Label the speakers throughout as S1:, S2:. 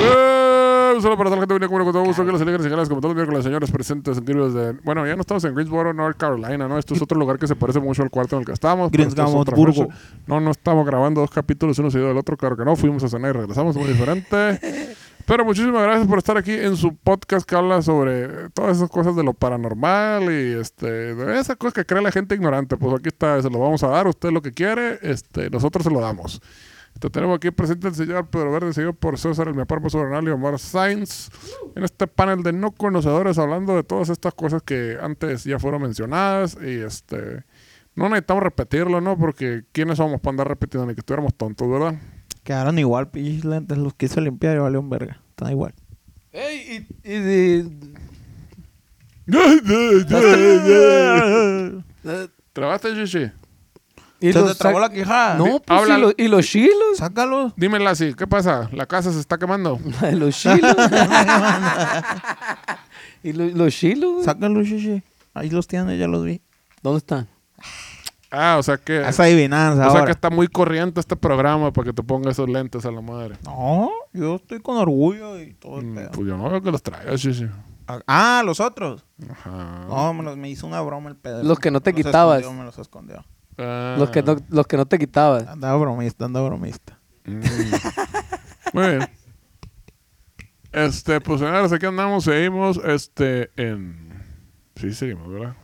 S1: Eh, Un saludo para toda la gente que viene con todo gusto, que los alegres y ganas, como todos los miércoles, señores presentes, sentidos de... Bueno, ya no estamos en Greensboro, North Carolina, ¿no? Esto es otro lugar que se parece mucho al cuarto en el que estábamos. pero esto es
S2: Greensboro,
S1: otra
S2: Burgo.
S1: cosa. No, no estamos grabando dos capítulos uno seguido del otro, claro que no. Fuimos a cenar y regresamos, muy diferente. Pero muchísimas gracias por estar aquí en su podcast que habla sobre eh, todas esas cosas de lo paranormal y este, de esas cosas que cree la gente ignorante. Pues aquí está, se lo vamos a dar, usted lo que quiere, este, nosotros se lo damos. Te tenemos aquí presente el señor Pedro Verde, seguido por César El Meaparpo Sobrenal y Omar Sainz. En este panel de no conocedores, hablando de todas estas cosas que antes ya fueron mencionadas. Y este no necesitamos repetirlo, ¿no? Porque ¿quiénes somos para andar repitiendo ni que estuviéramos tontos, verdad?
S2: Quedaron igual, pinches lentes. Los quise limpiar y valió un verga. Están igual.
S3: Ey, y, y de- eh,
S1: ¿Trabaste, Chichi?
S3: y
S2: Se
S3: los
S2: te trabó
S3: sac-
S2: la quijada.
S3: No, pues,
S1: Habla-
S3: y, los, y los chilos.
S2: Sácalo.
S1: Dímela así, ¿qué pasa? ¿La casa se está quemando?
S3: los chilos. y lo- los chilos.
S2: Sácalo, Shishi. Ahí los tiene, ya los vi.
S3: ¿Dónde están?
S1: Ah, o sea que.
S3: Eh,
S2: Esa adivinanza
S1: O sea
S2: ahora.
S1: que está muy corriente este programa para que te ponga esos lentes a la madre.
S2: No, yo estoy con orgullo y todo el
S1: Mm,
S2: pedo.
S1: Pues yo no veo que los traigas, Chichi.
S2: Ah, los otros.
S1: Ajá.
S2: No, me, los, me hizo una broma el pedo.
S3: Los que no te
S2: Me los
S3: quitabas.
S2: escondió, me los escondió.
S1: Ah.
S3: Los, que no, los que no te quitabas.
S2: Andaba bromista, andaba bromista.
S1: Mm. Muy bien. Este, pues señores, aquí andamos, seguimos, este, en... Sí, seguimos, ¿verdad?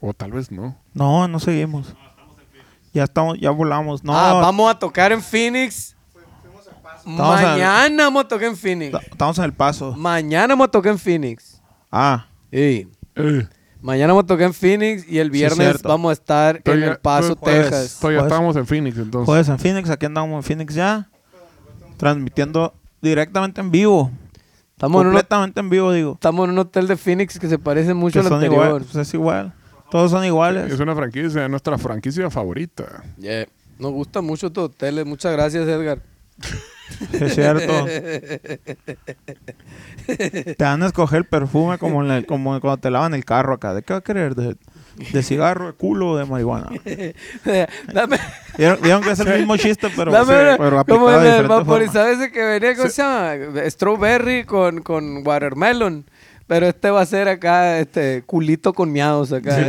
S1: O tal vez no.
S2: No, no seguimos. Ya estamos, ya volamos. No,
S3: Ah, vamos a tocar en Phoenix.
S2: Vamos a-
S3: Mañana vamos a tocar en Phoenix.
S2: ta- estamos en el paso.
S3: Mañana vamos a tocar en Phoenix.
S2: Ah,
S3: Ey,
S1: Eh,
S3: Mañana vamos a tocar en Phoenix y el viernes
S2: cierto.
S3: vamos a estar en
S1: Todavía-
S3: El Paso,
S1: todavía-
S3: Texas.
S1: Todavía
S2: Jueves.
S1: estábamos en Phoenix, entonces.
S2: jueves en Phoenix, aquí andamos en Phoenix ya. Transmitiendo directamente en vivo.
S3: Estamos en, un,
S2: completamente en vivo, digo.
S3: estamos en un hotel de Phoenix que se parece mucho
S2: Que
S3: al
S2: son
S3: anterior.
S2: igual, pues es igual. Todos son iguales.
S1: Es una franquicia, nuestra franquicia favorita.
S3: Yeah. Nos gusta mucho tu hotel. Muchas gracias, Edgar.
S2: Es cierto. te van a escoger el perfume como, en la- como cuando te lavan el carro acá. ¿De qué va a querer? ¿De, de cigarro, de culo o de marihuana?
S3: Dame,
S2: ¿Vieron, vieron que es el mismo chiste, pero,
S3: dame
S2: se-
S3: una-
S2: pero aplicado
S3: como
S2: de
S3: en el
S2: diferente forma.
S3: vaporizado ese que venía, ¿cómo se llama? Strawberry con, con watermelon. Pero este va a ser acá, este, culito con miados acá.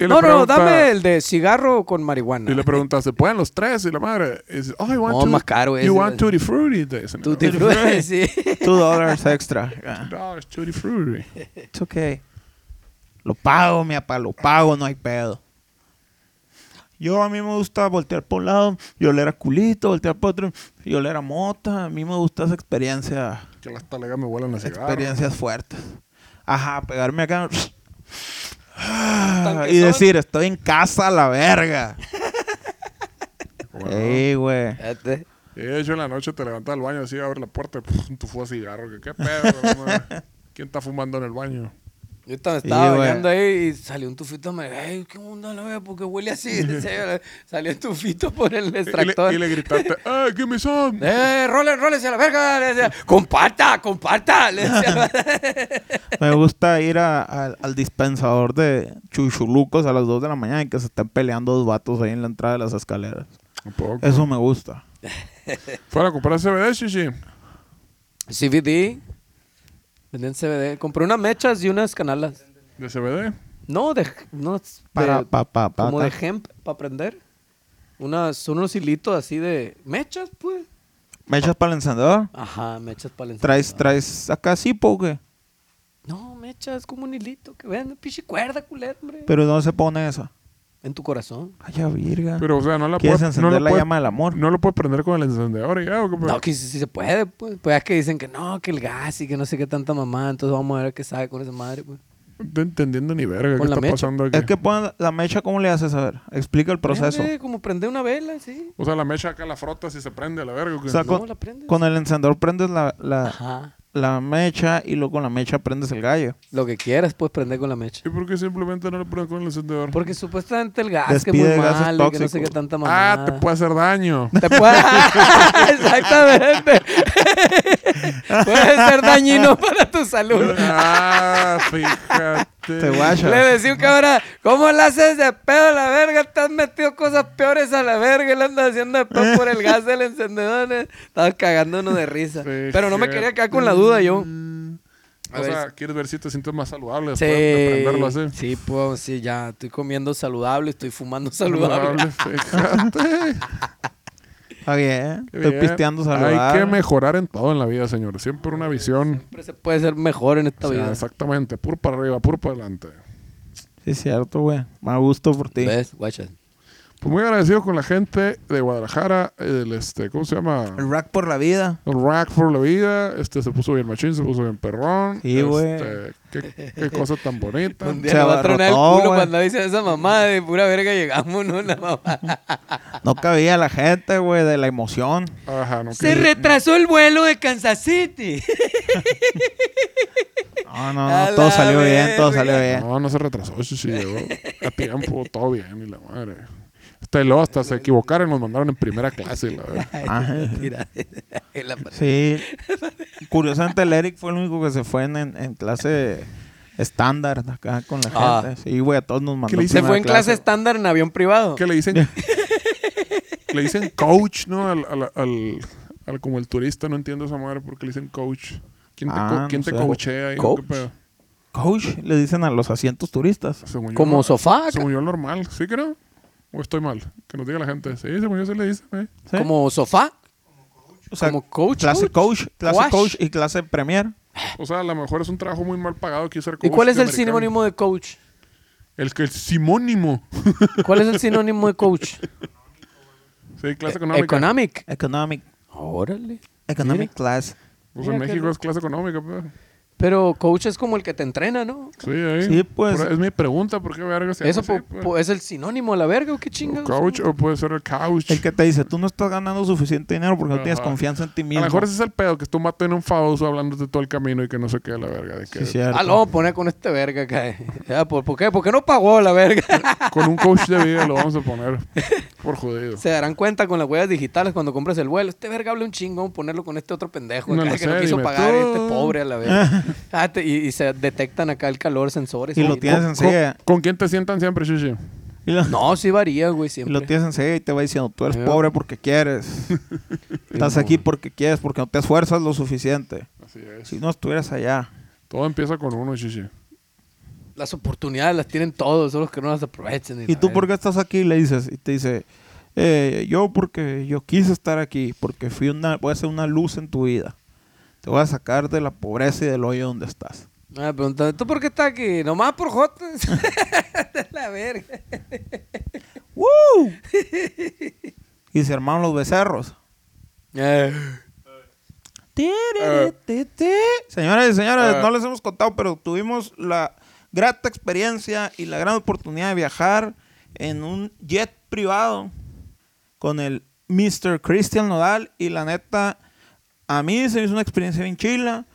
S1: Y le
S3: No, no,
S1: pregunta-
S3: dame el de cigarro con marihuana.
S1: Y le preguntas, ¿se pueden los tres? Y la madre, y dice, oh, I want
S3: No,
S1: to,
S3: más caro ese,
S1: you want
S3: güey.
S1: Tutti Frutti. Te dicen,
S3: Tutti frutti, sí.
S2: Two dollars extra. Ah,
S1: No, it's Tutti Frutti.
S2: It's okay. Lo pago, mi papá, lo pago, no hay pedo. Yo a mí me gusta voltear por un lado y oler a culito, voltear por otro y oler a mota. A mí me gusta esa experiencia.
S1: Que las talegas me vuelan a cigarro.
S2: experiencias fuertes. Ajá, pegarme acá.
S3: Tanquezón.
S2: y decir, estoy en casa a la verga. Ey, güey.
S3: Este.
S1: Y de hecho, en la noche te levantas al baño, así abres la puerta, y tu fuego cigarro. Que, ¿Qué pedo? no mames? ¿Quién está fumando en el baño?
S3: Yo estaba, estaba
S2: güey.
S3: bañando ahí y salió un tufito. Me "Ey, ¿qué onda la vez? ¿Por qué huele así? salió un tufito por el
S1: Y le,
S3: extractor.
S1: y le gritaste, ¡eh, give me some!
S3: ¡Eh, rolen, rolen a la verga! Le decía, ¡Comparta, comparta! Le decía,
S2: Me gusta ir a- al- al dispensador de chuchulucos a las 2 de la mañana y que se estén peleando dos vatos ahí en la entrada de las escaleras.
S1: Un poco.
S2: Eso me gusta.
S1: Fuera a comprar CBD, chichi.
S3: CBD. Venden CBD. Compré unas mechas y unas canalas.
S1: ¿De CBD?
S3: No, de... No, de-
S2: Para, pa, pa, pa,
S3: como de
S2: acá.
S3: hemp para prender. Unas, unos hilitos así de mechas, pues.
S2: ¿Me echas para el encendedor?
S3: Ajá, mechas para el
S2: ¿Traes,
S3: encendedor.
S2: traes acá sí, po, o qué?
S3: No, mechas, como un hilito. Que vean, pinche cuerda, culero, hombre.
S2: Pero ¿dónde se pone esa?
S3: En tu corazón.
S2: Ay, ya, virga.
S1: Pero, o sea, no la
S2: Ah. ¿Quieres
S1: puedes...
S2: encender
S1: no
S2: la llama del amor?
S1: No lo puedes prender con el encendedor y ya, ¿o qué pedo?
S3: No, que si, si se puede, pues. Pues es que dicen que no, que el gas y que no sé qué tanta mamá. Entonces vamos a ver qué sabe con esa madre, pues.
S1: No estoy entendiendo ni verga qué
S3: Con la
S1: está
S3: mecha.
S1: pasando aquí.
S2: Es que pones la mecha, ¿cómo le haces? A ver, explica el proceso.
S3: Prende, como prender una vela, sí.
S1: O sea, la mecha acá la frotas y se prende a la verga. ¿o qué?
S2: O sea,
S3: ¿Cómo
S2: Ah, con-
S3: la prendes?
S2: Con el encendedor prendes la, la,
S3: Ajá.
S2: la mecha y luego con la mecha prendes el gallo.
S3: Lo que quieras puedes prender con la mecha.
S1: ¿Y por qué simplemente no le ponen con el encendedor?
S3: Porque supuestamente el gas que
S2: Despide
S3: es muy
S2: gases
S3: malo, y que no sé
S2: tóxicos.
S3: qué tanta
S1: Ah,
S3: mamada.
S1: te puede hacer daño.
S3: Te puede... Exactamente. puede ser dañino para tu salud.
S1: ah, fíjate.
S2: Te guachas.
S3: Le decía un cabrón, ¿cómo le haces de pedo a la verga? Te has metido cosas peores a la verga y le andas haciendo de pedo por el gas del encendedor. eh. Estaba cagándonos de risa.
S1: Fíjate.
S3: Pero no me quería quedar con la duda yo. A
S1: O
S3: ver.
S1: sea, quieres ver si te sientes más saludable
S3: Sí,
S1: después de aprenderlo así.
S3: sí, pues sí, ya estoy comiendo saludable, estoy fumando saludable.
S1: fíjate.
S2: Está bien.
S1: Qué
S2: Estoy
S1: bien.
S2: pisteando saludable.
S1: Hay que mejorar en todo en la vida, señor. Siempre una visión.
S3: Siempre se puede ser mejor en esta
S1: o sea,
S3: vida.
S1: exactamente. Puro para arriba, puro para adelante.
S2: Sí, es cierto, güey. Me gusto por ti.
S3: ¿Ves? Guacha.
S1: Pues muy agradecido con la gente de Guadalajara. El este, ¿cómo se llama?
S2: El rack por la vida.
S1: El Rack for la vida. Este se puso bien machín, se puso bien perrón.
S2: Sí, güey.
S1: Este, qué, qué cosa tan bonita.
S3: Un día
S2: Se
S3: le va a tronar el
S2: abarrotó,
S3: culo
S2: güey.
S3: cuando dicen esa mamá de pura verga llegamos, ¿no? La mamá.
S2: No cabía la gente, güey, de la emoción.
S1: Ajá, no
S3: Se
S1: quiero-
S3: retrasó el vuelo de Kansas City.
S2: No, no,
S3: A
S2: no. Todo
S3: la
S2: salió bien, todo
S3: verga.
S2: salió bien.
S1: No, no se retrasó. Eso sí llegó a tiempo, todo bien. Y la madre. Hasta, y luego hasta se equivocaron, nos mandaron en primera clase. y La verdad.
S2: Ajá.
S3: Mira, la-
S2: Sí. Curiosamente, el Eric fue el único que se fue en, en- en clase estándar acá con la
S3: Ah.
S2: gente. Sí, güey, a todos nos mandó.
S1: le hice?
S3: Se
S2: primera
S3: fue en clase estándar en avión privado.
S1: que le dicen le dicen coach no al, al, al- al- como el turista no entiendo esa madre porque le dicen coach quién te,
S2: Ah,
S1: co- quién
S2: no
S1: te
S2: sé.
S1: coachea ahí?
S3: Coach.
S1: ¿Qué pedo?
S2: Coach, le dicen a los asientos turistas.
S1: Según yo,
S3: Como
S1: no-
S3: sofá,
S1: según yo normal sí que no o estoy mal que nos diga la gente sí según yo se le dice eh.
S2: ¿sí?
S3: como sofá,
S2: O sea,
S3: como coach.
S2: clase coach, clase
S3: Wash.
S2: coach y clase premier.
S1: o sea a lo mejor es un trabajo muy mal pagado que ser
S3: ¿Y
S1: coach
S3: cuál es
S1: de
S3: el
S1: americano.
S3: sinónimo de coach?
S1: el que el simónimo
S3: ¿Cuál es el sinónimo de coach?
S1: sí
S3: Eh,
S1: clase económica
S3: Economic.
S2: Economic,
S3: Órale.
S2: economic
S3: Mira.
S2: class.
S1: pues en
S3: Mira qué
S1: México
S3: loco.
S1: es clase económica pues.
S3: Pero coach es como el que te entrena, ¿no?
S1: sí ahí
S2: Sí, pues.
S1: Pero es mi pregunta por qué verga se
S3: ¿Eso
S1: llama
S3: po-
S1: así, pues?
S3: po- es el sinónimo a la verga o qué
S1: O
S3: chingados? Ah,
S1: coach o puede ser el couch
S2: El que te dice, tú no estás ganando suficiente dinero porque no tienes
S1: Ajá.
S2: confianza en ti
S1: A
S2: mismo.
S1: lo mejor ese es el pedo, que tú mato en un famoso hablándote todo el camino y que no se quede la verga. De que
S2: Sí, cierto.
S3: Ah, lo vamos a poner con este verga acá. eh. Ya, ¿por, por qué? ¿Por qué no pagó la verga?
S1: Con un coach de vida lo vamos a poner por jodido.
S3: Se darán cuenta con las huellas digitales cuando compras el vuelo. Este verga habla un chingón, ponerlo con este otro pendejo
S1: No
S3: acá
S1: lo
S3: que no
S1: sé,
S3: quiso
S1: dime
S3: pagar,
S1: tú.
S3: este pobre a la verga. Ah, te- y, y se detectan acá el calor, sensores.
S2: Y lo tienes en silla.
S1: ¿Con quién te sientan siempre, Shishi?
S2: Y lo,
S3: No, sí varía, güey,
S2: y
S3: siempre.
S2: lo tienes en serio y te va diciendo, tú eres
S3: Sí.
S2: pobre porque quieres. estás aquí porque quieres, porque no te esfuerzas lo suficiente.
S1: Así es.
S2: Si no estuvieras allá.
S1: Todo empieza con uno, Shishi.
S3: Las oportunidades las tienen todos, solo que no las aprovechen.
S2: ¿Y tú por qué estás aquí? Le dices, y te dice, eh, yo porque yo quise estar aquí, porque fui una, voy a ser una luz en tu vida. Te voy a sacar de la pobreza y del hoyo donde estás.
S3: Me preguntan, Ah, ¿tú por qué estás aquí? Nomás por Jotas. la verga.
S2: ¡Woo! y se armaron los becerros.
S3: Eh,
S2: Señoras y señores,
S1: Ah.
S2: no les hemos contado, pero tuvimos la grata experiencia y la gran oportunidad de viajar en un jet privado con el Mr. Christian Nodal. Y la neta, a mí se me hizo una experiencia bien chila.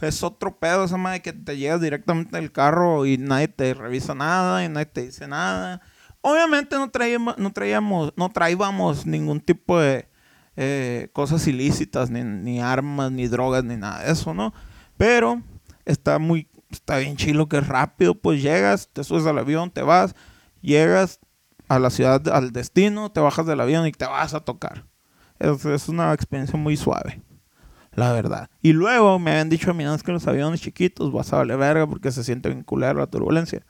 S2: Es otro pedo esa madre que te llegas directamente del carro y nadie te revisa nada y nadie te dice nada. Obviamente no traíamos, no traíamos, no traíamos ningún tipo de eh, cosas ilícitas, ni, ni armas, ni drogas, ni nada de eso, ¿no? Pero está muy, está bien chilo que es rápido, pues llegas, te subes al avión, te vas, llegas a la ciudad, al destino, te bajas del avión y te vas a tocar. Es, es una experiencia muy suave, la verdad. Y luego me habían dicho a mí, "No, es que los aviones chiquitos vas a valer verga porque se siente bien culero la turbulencia.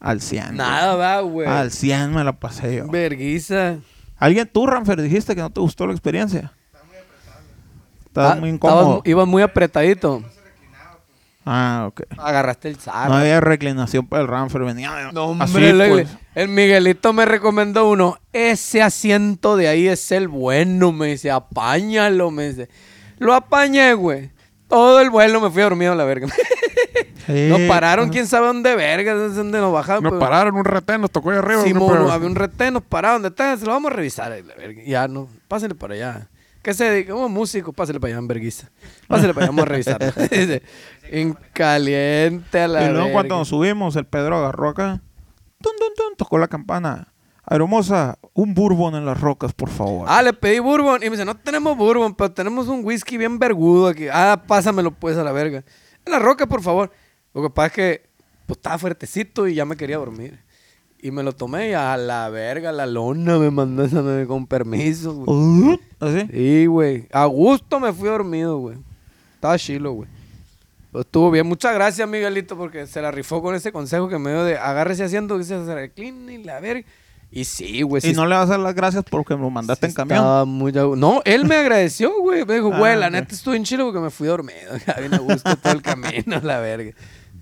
S2: Al 100.
S3: Nada va,
S2: güey.
S3: güey.
S2: Al 100 me la pasé yo.
S3: Verguiza.
S2: ¿Alguien tú, Ranfer, dijiste que no te gustó la experiencia? Estaba
S3: Ah,
S2: muy
S3: estabas-
S2: incómodo.
S3: Ibas muy apretadito.
S2: Ah, ok.
S3: Agarraste el
S2: no
S3: zar.
S2: había reclinación para el Ranfer. Venía
S3: Ah, No,
S2: así,
S3: hombre, le-
S2: pues.
S3: el Miguelito me recomendó uno. Ese asiento de ahí es el bueno, me dice. Apáñalo, me dice. Lo apañé, güey. Todo el vuelo me fui dormido a la verga.
S2: Sí,
S3: Nos pararon,
S2: pues.
S3: quién sabe dónde verga, no sé dónde nos bajaron.
S1: Nos
S3: pues.
S1: pararon un retén, nos tocó ahí arriba.
S3: Simón,
S1: ¿no? Pero-
S3: había un retén, nos pararon, ¿dónde están? Se lo vamos a revisar. y la verga. Ya, no, pásenle para allá. ¿Qué se dedica? Como músico. Pásale para allá, hamburguesa. Pásale para allá, vamos a revisar. Dice, en caliente a la
S2: Y luego cuando
S3: verga.
S2: nos subimos, el Pedro agarró acá. Tun, tun, tun, tocó la campana. Hermosa, un bourbon en las rocas, por favor.
S3: Ah, le pedí bourbon. Y me dice, no tenemos bourbon, pero tenemos un whisky bien vergudo aquí. Ah, pásamelo pues a la verga. En la roca, por favor. Lo que pasa es que pues, estaba fuertecito y ya me quería dormir. Y me lo tomé y a la verga, la lona me mandó esa madre con permiso, güey.
S2: Uh, Así.
S3: Sí, güey. A gusto me fui dormido, güey. Estaba chilo, güey. Pero estuvo bien. Muchas gracias, Miguelito, porque se la rifó con ese consejo que me dio de agárrese haciendo que se recline y la verga. Y sí, güey. pues sí
S2: Y no le vas a dar las gracias porque me lo mandaste en camión.
S3: estaba muy a gu- No, él me agradeció, güey. Me dijo,
S2: Ah,
S3: güey, la
S2: ok.
S3: neta estuve en Chile porque me fui dormido. Ya bien a gusto todo el camino, la verga.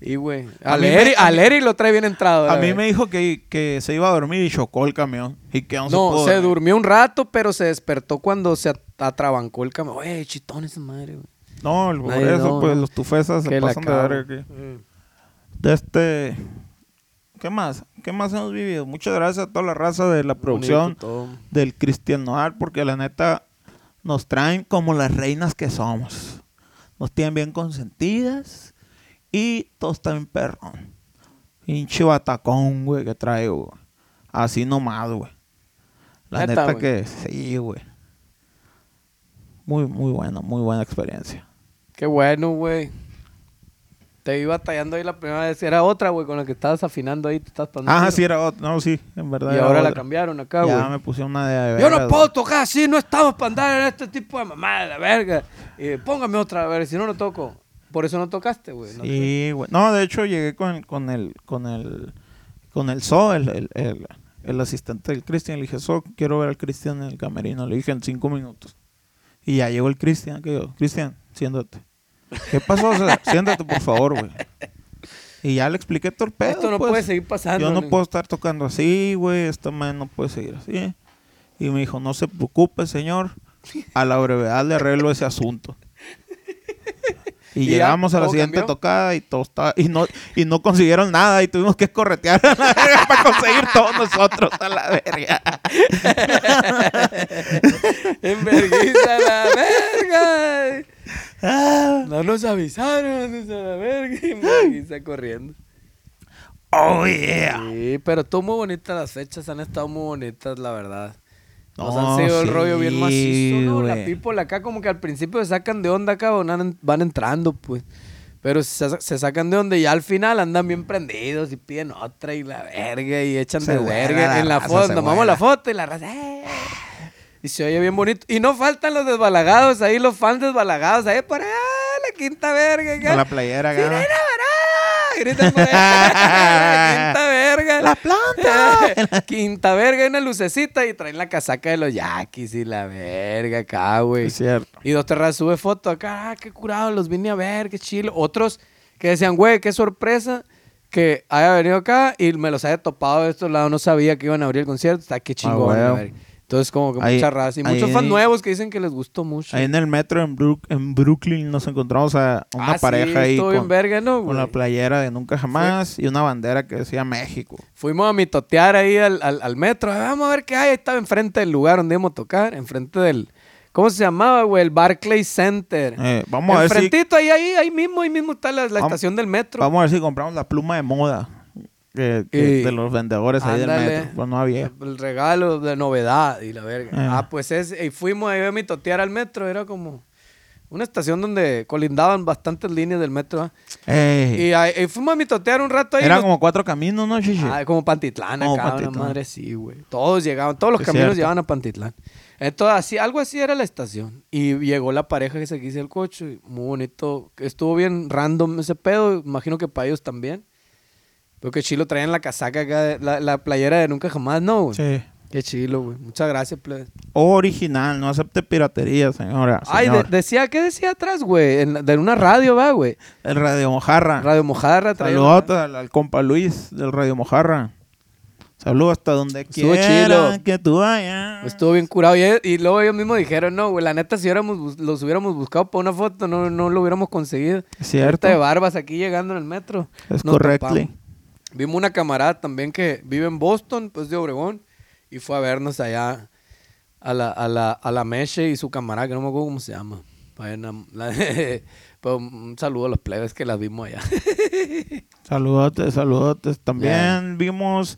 S3: Y, güey,
S2: A
S3: a
S2: mí me-
S3: Leri,
S2: a
S3: a
S2: mí-
S3: Leri lo trae bien entrado. la
S2: A mí
S3: verga.
S2: me dijo que, que se iba a dormir y chocó el camión. Y que aún
S3: No,
S2: pudo
S3: se
S2: dormir.
S3: durmió un rato, pero se despertó cuando se at- atrabancó el camión. Oye, chitón esa madre, güey.
S2: No, el- por
S3: Ay,
S2: eso,
S3: no,
S2: pues
S3: no.
S2: los tufesas se
S3: Que la
S2: pasan de
S3: cago.
S2: verga aquí. De este. ¿Qué más? ¿Qué más hemos vivido? Muchas gracias a toda la raza de la producción
S3: Bonito todo.
S2: del Cristian Noir, porque la neta nos traen como las reinas que somos. Nos tienen bien consentidas y todos están bien perrón. Pinche batacón, güey, que traigo, güey. Así nomás, güey. La
S3: Neta,
S2: neta,
S3: güey.
S2: que sí, güey. Muy, muy buena, muy buena experiencia.
S3: Qué bueno, güey. Te iba batallando ahí la primera vez. Era otra, güey, con la que estabas afinando ahí. Te estabas pasando.
S2: Ah, sí, era otra. No, sí, en verdad.
S3: Y
S2: era
S3: ahora la
S2: otra.
S3: cambiaron acá, güey.
S2: Ya me pusieron una de. de
S3: Yo
S2: veras,
S3: no puedo
S2: güey.
S3: tocar así, no estamos para andar en este tipo de mamada, la verga. Eh, póngame otra, a ver, si no, no toco. Por eso no tocaste, güey. no te-
S2: Sí, güey. No, de hecho llegué con, con el. Con el. Con el So, el, el, el- el asistente del Cristian. Le dije, So, quiero ver al Cristian en el camerino. Le dije en cinco minutos. Y ya llegó el Cristian. Que yo, Cristian, siéntate. ¿Qué pasó? César? siéntate, por favor, güey. Y ya le expliqué todo el pedo,
S3: Esto no
S2: pues.
S3: puede seguir pasando.
S2: Yo no
S3: ni-
S2: puedo estar tocando así, güey. Esta man no puede seguir así. Y me dijo, no se preocupe, señor. A la brevedad le arreglo ese asunto. Y,
S3: Y ya,
S2: llegamos a la
S3: todo
S2: siguiente
S3: cambió.
S2: tocada y todo estaba- y no, y no consiguieron nada y tuvimos que corretear a la verga para conseguir todos nosotros a la verga.
S3: En vergüenza, la verga. No nos avisaron, es a la verga. En vergüenza corriendo.
S2: Oh yeah.
S3: Sí, pero estuvo muy bonitas las fechas, han estado muy bonitas, la verdad. Nos
S2: No,
S3: han sido el
S2: sí,
S3: rollo bien macizo, ¿no? La
S2: güey.
S3: people acá como que al principio se sacan de onda acá, van, van entrando, pues. Pero se, se sacan de onda y ya al final andan bien prendidos y piden otra y la verga y echan
S2: Se
S3: de
S2: vuela
S3: verga
S2: la
S3: en la
S2: raza, se
S3: foto. Tomamos
S2: vuela.
S3: la foto y la raza... ¡eh! Y se oye bien bonito. Y no faltan los desbalagados ahí, los fans desbalagados ahí para ¡ah, la quinta verga. acá!
S2: Con la playera acá.
S3: ¡Sirena varada! Gritan por ahí. ¡Quinta verga!
S2: ¡La planta!
S3: Quinta verga, hay una lucecita y traen la casaca de los yaquis y la verga acá, güey.
S2: Es cierto.
S3: Y dos terras sube foto acá, ah, qué curado, los vine a ver, qué chilo. Otros que decían, güey, qué sorpresa que haya venido acá y me los haya topado de estos lados, no sabía que iban a abrir el concierto, está qué chingón.
S2: Ah,
S3: la
S2: güey.
S3: verga. Entonces, como que
S2: Ahí-
S3: mucha raza y muchos
S2: ahí-
S3: fans nuevos que dicen que les gustó mucho.
S2: Ahí en el metro en, Brook- en Brooklyn nos encontramos a una
S3: Ah, sí,
S2: pareja ahí
S3: estuvo bien
S2: con-
S3: verga, ¿no,
S2: con la
S3: güey?
S2: playera de Nunca Jamás y una bandera que decía México.
S3: Fuimos a mitotear ahí al, al- al metro. "Ah, Vamos a ver qué hay. Estaba enfrente del lugar donde íbamos a tocar. Enfrente del. ¿Cómo se llamaba, güey? El Barclay Center.
S2: Eh, vamos a ver si-
S3: Enfrentito, ahí, ahí, ahí mismo, ahí mismo está la, la
S2: Vam-
S3: estación del metro.
S2: Vamos a ver si compramos la pluma de moda que- que-
S3: Y-
S2: de los vendedores ahí
S3: Ándale.
S2: del metro. Pues no había.
S3: El regalo de novedad y la verga.
S2: Ah.
S3: Ah, pues es, y fuimos ahí a mitotear al metro. Era como una estación donde colindaban bastantes líneas del metro. ¿ah?
S2: Ey,
S3: Y, ahí- y fuimos a mitotear un rato ahí.
S2: eran
S3: nos-
S2: como cuatro caminos, ¿no, Chichi?
S3: Ah, como Pantitlán,
S2: Como
S3: acá, una
S2: Pantitlán.
S3: madre sí, güey. Todos llegaban, todos los
S2: Es
S3: caminos
S2: cierto.
S3: llegaban a Pantitlán. Entonces, así, algo así era la estación. Y llegó la pareja que se quiso el coche, y muy bonito. Estuvo bien random ese pedo, imagino que para ellos también. Pero que chilo traían la casaca acá, de- la, la playera de nunca jamás, ¿no, güey?
S2: Sí.
S3: Qué chilo, güey. Muchas gracias, plebe.
S2: Original, no acepte piratería, señora.
S3: Ay, de-
S2: Ah, señor.
S3: decía, ¿qué decía atrás, güey? En, la- de una radio, va, güey.
S2: El Radio Mojarra.
S3: Radio Mojarra traía.
S2: Saludos al, al compa Luis del Radio Mojarra. Saludos hasta donde
S3: Estuvo
S2: quiera
S3: chilo.
S2: que tú vayas.
S3: Estuvo bien curado. Y, e, y luego ellos mismos dijeron, no, güey, la neta, si hubiéramos, bus- los hubiéramos buscado para una foto, no, no lo hubiéramos conseguido.
S2: Es cierto.
S3: Ahorita de barbas aquí llegando en el metro.
S2: Es
S3: nos
S2: correcto.
S3: topamos. Vimos una camarada también que vive en Boston, pues de Obregón, y fue a vernos allá a la, a la, a la Meche y su camarada, que no me acuerdo cómo se llama. Fue una- la- pues, un saludo a los plebes que las vimos allá.
S2: Saludotes, saludotes. También
S3: Ya.
S2: vimos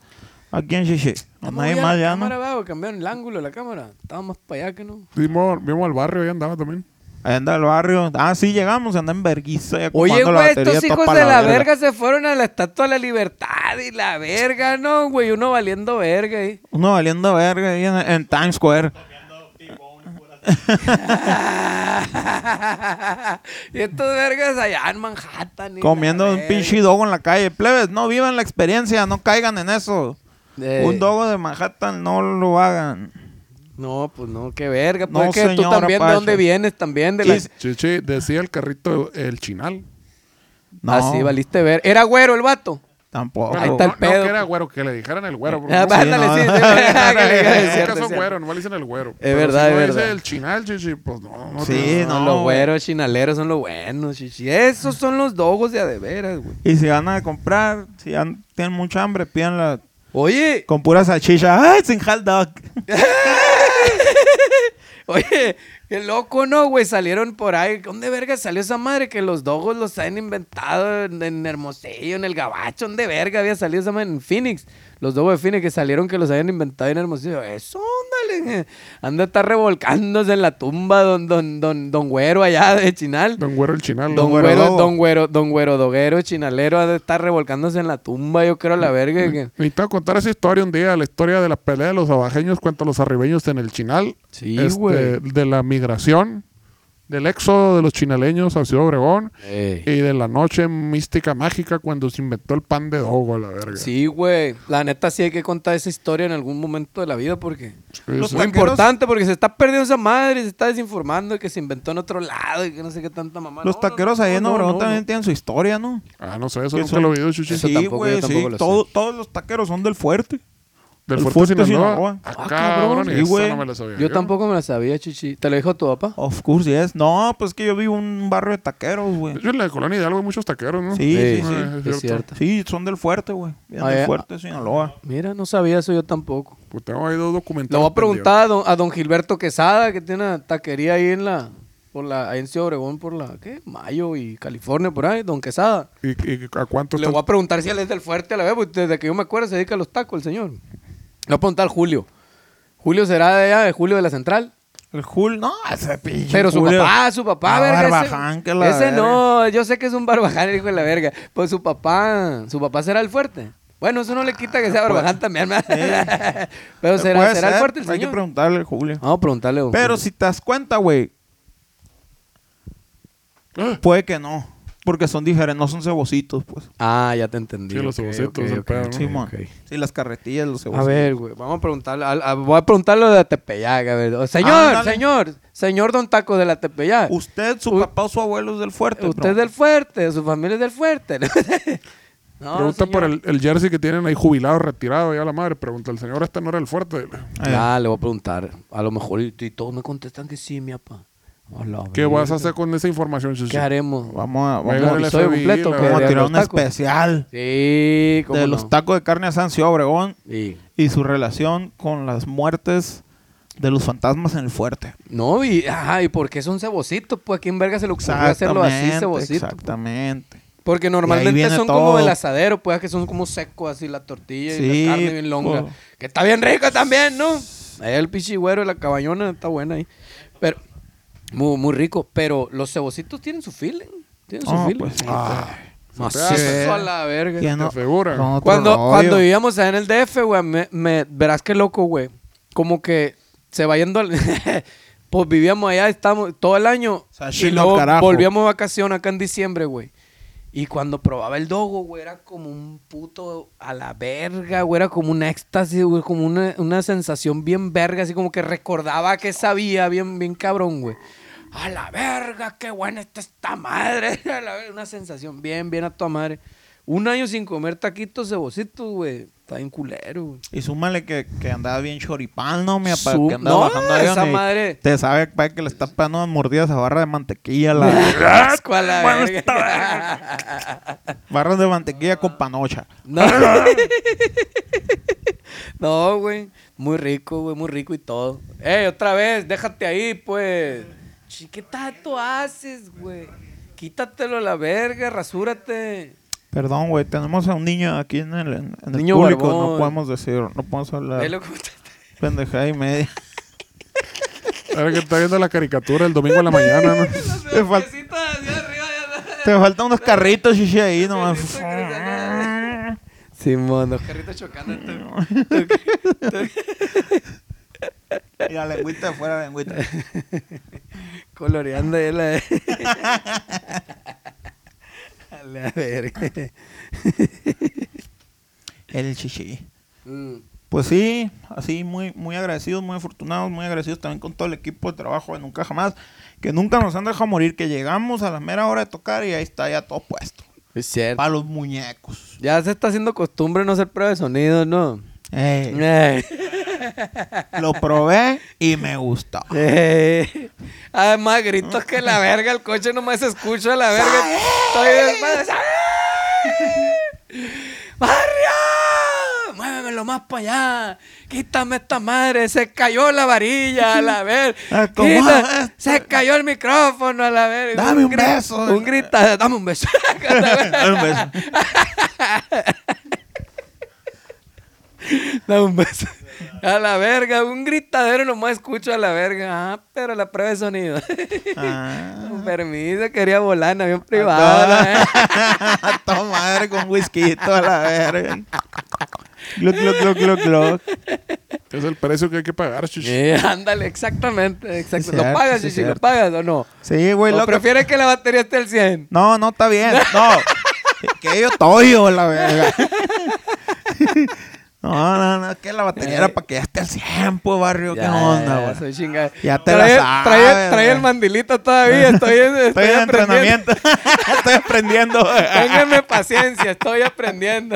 S2: aquí en Xixi. A
S3: Vamos
S2: nadie
S3: allá
S2: más
S3: la
S2: ya,
S3: cámara,
S2: ¿no?
S3: vago, cambiaron el ángulo de la cámara. Estaba más para allá que no.
S1: Vimos, vimos al barrio, ahí andaba también.
S2: Ahí anda el barrio. Ah, sí, llegamos. Anda en verguiza. ya
S3: Oye,
S2: ocupando la
S3: güey,
S2: batería
S3: estos hijos
S2: topa
S3: de la, verga. se fueron a la Estatua de la Libertad y la verga, no, güey, uno valiendo verga. ahí.
S2: Uno valiendo verga ahí en, en Times Square.
S3: y estos vergas allá en Manhattan. y
S2: Comiendo
S3: la
S2: un
S3: verga.
S2: pinche dogo en la calle. Plebes, no vivan la experiencia. No caigan en eso.
S3: Eh,
S2: Un dogo de Manhattan, no lo hagan.
S3: No, pues no, qué verga. Pues
S2: No,
S3: es que tú
S2: señora
S3: también, ¿de
S2: Pacha.
S3: dónde vienes? También de la...
S1: Chichi, decía el carrito el chinal.
S2: No,
S3: Así, valiste ver. ¿Era güero el vato?
S2: tampoco.
S3: Oh, Ahí está el
S1: no, no
S3: pedo.
S1: que era güero, que le dijeran el güero. porque
S3: Ah,
S1: no-
S2: sí,
S3: ándale,
S2: no.
S3: sí, sí,
S2: No,
S3: que le diga,
S1: En
S3: es cierto,
S1: un
S3: es
S1: caso
S3: cierto.
S1: güero, no le dicen el güero. Es
S3: verdad,
S1: si
S3: es
S1: no
S3: verdad.
S1: dice el chinal, chichi, pues no. no
S2: Sí,
S1: te-
S2: no.
S3: Los
S2: güey.
S3: güeros chinaleros son los buenos, chichi. Esos son los dogos de a de veras, güey.
S2: Y si van a comprar, si ya tienen mucha hambre, pídanla
S3: Oye,
S2: con pura salchicha. ¡Ay, sin hot dog!
S3: Oye, qué loco, ¿no, güey? Salieron por ahí. ¿Dónde verga salió esa madre? Que los dogos los han inventado en, en Hermosillo, en el Gabacho. ¿Dónde verga había salido esa madre? En Phoenix. Los dogos de Phoenix que salieron que los habían inventado en Hermosillo. Eso, ándale. Anda a estar revolcándose en la tumba don, don, don, don Güero allá de Chinal.
S1: Don Güero el chinal.
S3: Don
S1: ¿no?
S3: Güero,
S2: Güero Dogo.
S3: Don Güero, Don Güero Doguero, Chinalero, ha de estar revolcándose en la tumba, yo creo, la verga. que-
S1: Necesitaba contar esa historia un día, la historia de la pelea de los abajeños contra los arribeños en el Chinal.
S3: Sí,
S1: Este,
S3: güey.
S1: de la migración, del éxodo de los chinaleños a Ciudad Obregón
S3: Ey.
S1: y de la noche mística mágica cuando se inventó el pan de dogo, a la verga.
S3: Sí, güey. La neta sí hay que contar esa historia en algún momento de la vida porque
S1: Sí,
S2: Los
S1: sí.
S3: muy
S2: taqueros-
S3: Pues, importante porque se está perdiendo esa madre, y se está desinformando de que se inventó en otro lado y que no sé qué tanta mamá.
S2: Los
S3: No,
S2: taqueros
S3: no,
S2: ahí en
S3: no,
S2: Obregón
S3: no,
S2: también
S3: no.
S2: tienen su historia, ¿no?
S1: Ah, no sé, eso
S2: Que
S1: nunca
S2: son-
S1: lo vi, Chuchi.
S3: Eso tampoco, yo tampoco lo sé.
S2: todo- todos los taqueros son del fuerte.
S1: Del
S2: el
S1: Fuerte,
S2: Fuerte
S1: Sinaloa.
S2: Sinaloa.
S1: Ah,
S3: Ah,
S1: cabrón,
S3: cabrón,
S1: y
S2: sí,
S1: esa
S2: güey.
S1: no me la sabía
S3: Yo tampoco me la sabía, chichi. ¿Te lo dijo tu papá?
S2: Of course, yes. No, pues que yo vivo un barrio de taqueros, güey.
S1: Yo en la colonia Hidalgo hay muchos taqueros, ¿no?
S2: Sí, sí, sí.
S1: Ah,
S3: Es cierto.
S2: Sí, son del fuerte, güey. Vienen
S3: Ah,
S2: del
S3: ya.
S2: fuerte Sinaloa.
S3: Mira, no sabía eso yo tampoco.
S1: Pues tengo ahí dos documentales.
S3: Le voy a preguntar a don, a don Gilberto Quesada, que tiene una taquería ahí en la, por la, ahí en Ciudad Obregón, por la, ¿qué? Mayo y California, por ahí, don Quesada.
S1: pendientes. ¿Y, y a cuánto
S2: Pues
S3: Le
S1: estás-
S3: voy a preguntar si él es del fuerte a la vez, porque desde que yo me acuerdo se dedica a los tacos el señor. Le voy a preguntar a Julio. Julio será de allá, de Julio de la Central.
S2: El Jul, no, ese pinche.
S3: Pero su
S2: Julio.
S3: papá, su papá,
S2: Ah,
S3: verga. ese-
S2: Barbaján, que la
S3: ese
S2: verga.
S3: no, yo sé que es un barbaján, el hijo de la verga. Pues su papá, su papá será el fuerte. Bueno, eso no le quita que sea barbaján también, ¿verdad? Pero será,
S2: Puede
S3: será el
S2: ser,
S3: fuerte el
S2: Hay que
S3: señor. Ah,
S2: preguntarle al Julio.
S3: Vamos a preguntarle. a don
S2: Pero
S3: Julio.
S2: si te das cuenta, güey. Puede que no. Porque son diferentes, no son cebocitos, pues.
S3: Ah, ya te entendí.
S1: Sí, los
S3: Ok,
S1: cebocitos,
S3: ok,
S1: el
S3: ok,
S1: pedo,
S3: ok,
S1: ¿no?
S2: Simón.
S3: ok.
S2: Sí, las carretillas, los
S3: A
S2: cebocitos.
S3: ver, güey, vamos a preguntarle, al- a- voy a preguntarle de Atepeyac, a ver. Oh, Señor,
S2: Ándale.
S3: señor, señor Don Taco de la Tepeyac.
S2: Usted, su
S3: U-
S2: papá o su abuelo es del fuerte.
S3: Usted es del fuerte, su familia es del fuerte. no,
S1: Pregunta
S3: Ah, señor.
S1: por el, el jersey que tienen ahí jubilado, retirado, ya la madre. Pregunta, el señor este no era el fuerte.
S3: Ah, le voy a preguntar. A lo mejor y, y todos me contestan que sí, mi papá. A la
S1: ¿Qué
S3: verga.
S1: vas a hacer con esa información, Chuchi?
S3: ¿Qué haremos?
S2: Vamos a,
S1: Va a llegar
S2: vamos
S1: el
S2: a-
S3: episodio
S1: FBI,
S3: completo,
S1: la
S3: que
S1: verga.
S2: vamos a
S3: de
S2: tirar
S3: los
S2: un
S3: tacos.
S2: especial
S3: Sí, cómo
S2: de
S3: no.
S2: los tacos de carne asada en Ciudad Obregón
S3: Y-
S2: y su relación con las muertes de los fantasmas en el fuerte.
S3: no, y, ajá, ¿y por qué son cebocitos? Pues aquí en verga se le ocurrió hacerlo así, cebocito.
S2: exactamente. Y
S3: Porque
S2: ahí
S3: normalmente
S2: viene
S3: son
S2: todo.
S3: como el asadero, pues que son como secos así la tortilla y
S2: Sí,
S3: la carne bien longa.
S2: po.
S3: Que está bien rica también, ¿no? Ahí el pichigüero y la cabañona está buena ahí. Pero, muy, muy rico. Pero los cebocitos tienen su feeling. Tienen su
S2: No,
S3: feeling.
S2: pues, sí,
S1: Ah,
S3: Macizo
S2: sí.
S3: a la verga.
S2: Ya
S1: ¿Te figura?
S2: con otro
S3: Cuando,
S2: rollo.
S3: cuando vivíamos allá en el DF, güey, me, me- verás qué loco, güey. Como que se va yendo al- pues vivíamos allá, estamos todo el año.
S2: Sashino
S3: y luego
S2: al carajo.
S3: volvíamos de vacación acá en diciembre, güey. Y cuando probaba el dogo, güey, era como un puto a la verga, güey. Era como un éxtasis, güey. Como una, una sensación bien verga, así como que recordaba que sabía bien, bien cabrón, güey. A la verga, qué buena está esta madre. A la verga, una sensación bien, bien a tu madre. Un año sin comer taquitos cebocitos, güey. Está bien culero, güey.
S2: Y súmale que, que andaba bien choripal, ¿no? Mira, para
S3: Su-
S2: que andaba
S3: no,
S2: bajando avión
S3: esa
S2: y
S3: madre.
S2: Te sabe pa, que le está pegando unas mordidas a barra de mantequilla. La
S3: Asco a la
S2: Bueno,
S3: verga.
S2: barra de mantequilla con panocha.
S3: No. No, güey. Muy rico, güey. Muy rico y todo. Ey, otra vez, déjate ahí, pues. Chi, ¿Qué tanto haces, güey? Quítatelo a la verga, rasúrate.
S2: Perdón, güey, tenemos a un niño aquí en el, en el
S3: Niño
S2: público,
S3: barbón.
S2: no podemos decir, no podemos hablar.
S3: Velo cómo te-
S2: Pendejada y media.
S1: Ahora que está viendo la caricatura el domingo en la mañana, ¿no?
S2: Te, fal-
S3: Piecita hacia arriba, ya-
S2: te faltan unos carritos, shishi, ahí nomás.
S3: Sí, mono. Carrito chocando. tú.
S2: Y la lengüita afuera, la lengüita.
S3: Coloreando ahí la... A la verga.
S2: El shishi.
S3: Mm.
S2: Pues sí, así muy, muy agradecidos, muy afortunados, muy agradecidos también con todo el equipo de trabajo de Nunca Jamás, que nunca nos han dejado morir, que llegamos a la mera hora de tocar y ahí está ya todo puesto.
S3: Es cierto.
S2: Para los muñecos.
S3: Ya se está haciendo costumbre no hacer prueba de sonido, ¿no?
S2: Ey,
S3: Ey.
S2: lo probé y me gustó.
S3: Ey. Además, gritos que la verga, el coche nomás se escucha la verga. Estoy desmadre. ¡Sabe! ¡Barrio! ¡Muévemelo más para allá! ¡Quítame esta madre! ¡Se cayó la varilla a la verga!
S2: Ah, ¿cómo?
S3: Quita- ¡Se cayó el micrófono a la verga!
S2: Dame un
S3: gri-
S2: beso.
S3: Un grita, dame un beso.
S2: Un beso.
S3: Da un beso. A la verga, un gritadero nomás escucho a la verga. Ah, pero la prueba de sonido.
S2: Ah.
S3: Con permiso, quería volar en avión privado. ¿eh? la verga.
S2: Toma madre con whisky a la verga. Gluc, gluc, gluc, gluc, gluc.
S1: Es el precio que hay que pagar, chichi.
S3: Eh, ándale, exactamente. exacto.
S2: Sí,
S3: ¿Lo
S2: cierto,
S3: pagas,
S2: sí,
S3: Chichi? ¿Lo
S2: cierto.
S3: pagas o no?
S2: Sí, güey,
S3: ¿O
S2: loco.
S3: prefieres que la batería esté al 100?
S2: No, no está bien. No. que yo estoy, yo, la verga. No, no, no, que la batería era para que ya esté al 100, pues, barrio. ¿Qué onda,
S3: ya,
S2: güey?
S3: soy chingada.
S2: Ya te
S3: Ah, Trae-
S2: la
S3: trae-
S2: sabes,
S3: trae
S2: güey.
S3: el mandilito todavía. Estoy en,
S2: Estoy en entrenamiento.
S3: aprendiendo.
S2: estoy aprendiendo.
S3: Ténganme paciencia, estoy aprendiendo.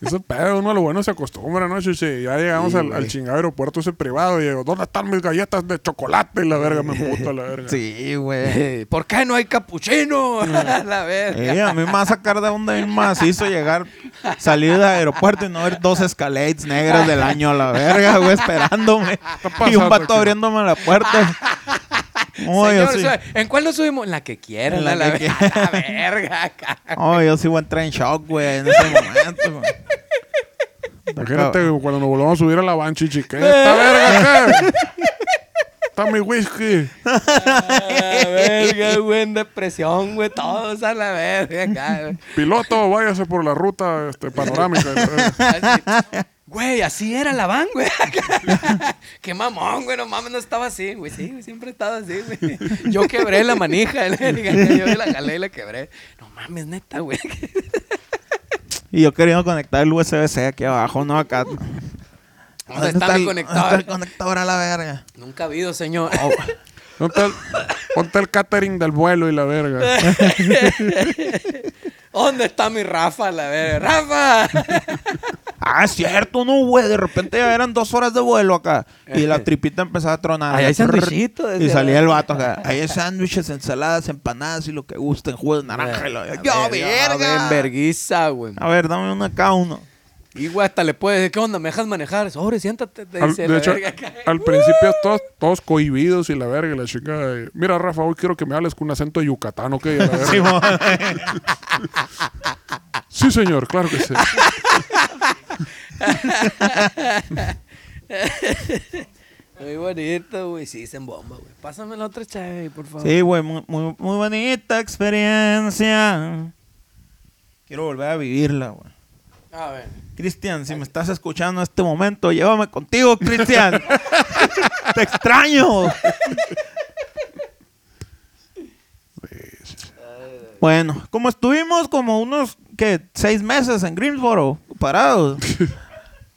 S1: Eso es pedo, uno a lo bueno se acostumbra, ¿no, chichi? Ya llegamos al, al chingado aeropuerto ese privado y digo, ¿dónde están mis galletas de chocolate? Y la verga me puta la verga.
S2: Sí, güey.
S3: Eh, ¿Por qué no hay capuchino? A la verga.
S2: Eh, a mí me va a sacar de onda bien macizo llegar, salir del aeropuerto y no ver dos escalades negras del año a la verga, güey, esperándome. Y
S1: pasando
S2: un vato
S1: aquí?
S2: abriéndome la puerta. Oh, yo
S3: Señor,
S2: sí,
S3: sue- ¿en cuál nos subimos? En la que quieran,
S2: En la
S3: a la,
S2: que
S3: ve-
S2: quieran.
S3: a la verga. acá.
S2: oh, yo sí voy a entrar en shock, güey, en ese momento, güey.
S1: Imagínate güey, cuando nos volvamos a subir a la van, chichi. ¿Qué?
S3: Eh.
S1: ¿Esta verga qué? Está mi whisky.
S3: A la verga, güey, en depresión, güey, todos a la verga. acá, güey.
S1: Piloto, váyase por la ruta este, panorámica.
S3: Así, Güey, así era la van, güey. Qué mamón, güey, no mames, no estaba así, güey. Sí, güey, siempre he estado así, güey. Yo quebré la manija, la verga, yo la jalé y la quebré. No mames, neta, güey.
S2: Y yo queriendo conectar el USB-C aquí abajo, ¿no? Acá.
S3: ¿Dónde está Oh.
S2: el-
S3: mi
S2: dónde está el
S3: conector?
S2: conector a la verga?
S3: Nunca ha habido, señor.
S1: Ponte el, ponte el catering del vuelo y la verga.
S3: ¿Dónde está mi Rafa, la verga? ¡Rafa!
S2: Ah, es cierto, no, güey. De repente ya eran dos horas de vuelo acá. Y la tripita empezaba a tronar.
S3: Eh. Ahí hay sandwichito,
S2: Y
S3: decía.
S2: salía el vato acá. Ahí hay sándwiches, ensaladas, empanadas y lo que gusten. Jugo de naranja. y lo-
S3: ¡Yo, verga! verguiza, güey.
S2: A ver, dame una cada uno.
S3: Y güey, hasta le puedes decir, ¿qué onda? ¿Me dejas manejar? Sobre, siéntate. Te
S1: Al,
S3: dice
S1: de
S3: la
S1: hecho,
S3: verga acá.
S1: al principio todos, todos cohibidos y la verga. Y la chica, eh, mira, Rafa, hoy quiero que me hables con un acento de Yucatán, ¿ok? Y la verga,
S2: Sí, mo-
S1: sí, señor, claro que sí.
S3: Muy bonito, güey. Sí, dicen bomba, güey. Pásame la otra chave, por favor.
S2: sí, güey. Muy, muy, muy bonita experiencia. Quiero volver a vivirla, güey.
S3: A ver.
S2: Cristian, si me estás escuchando en este momento, llévame contigo, Cristian. Te extraño. bueno, como estuvimos como unos, ¿qué? Seis meses en Greensboro, parados.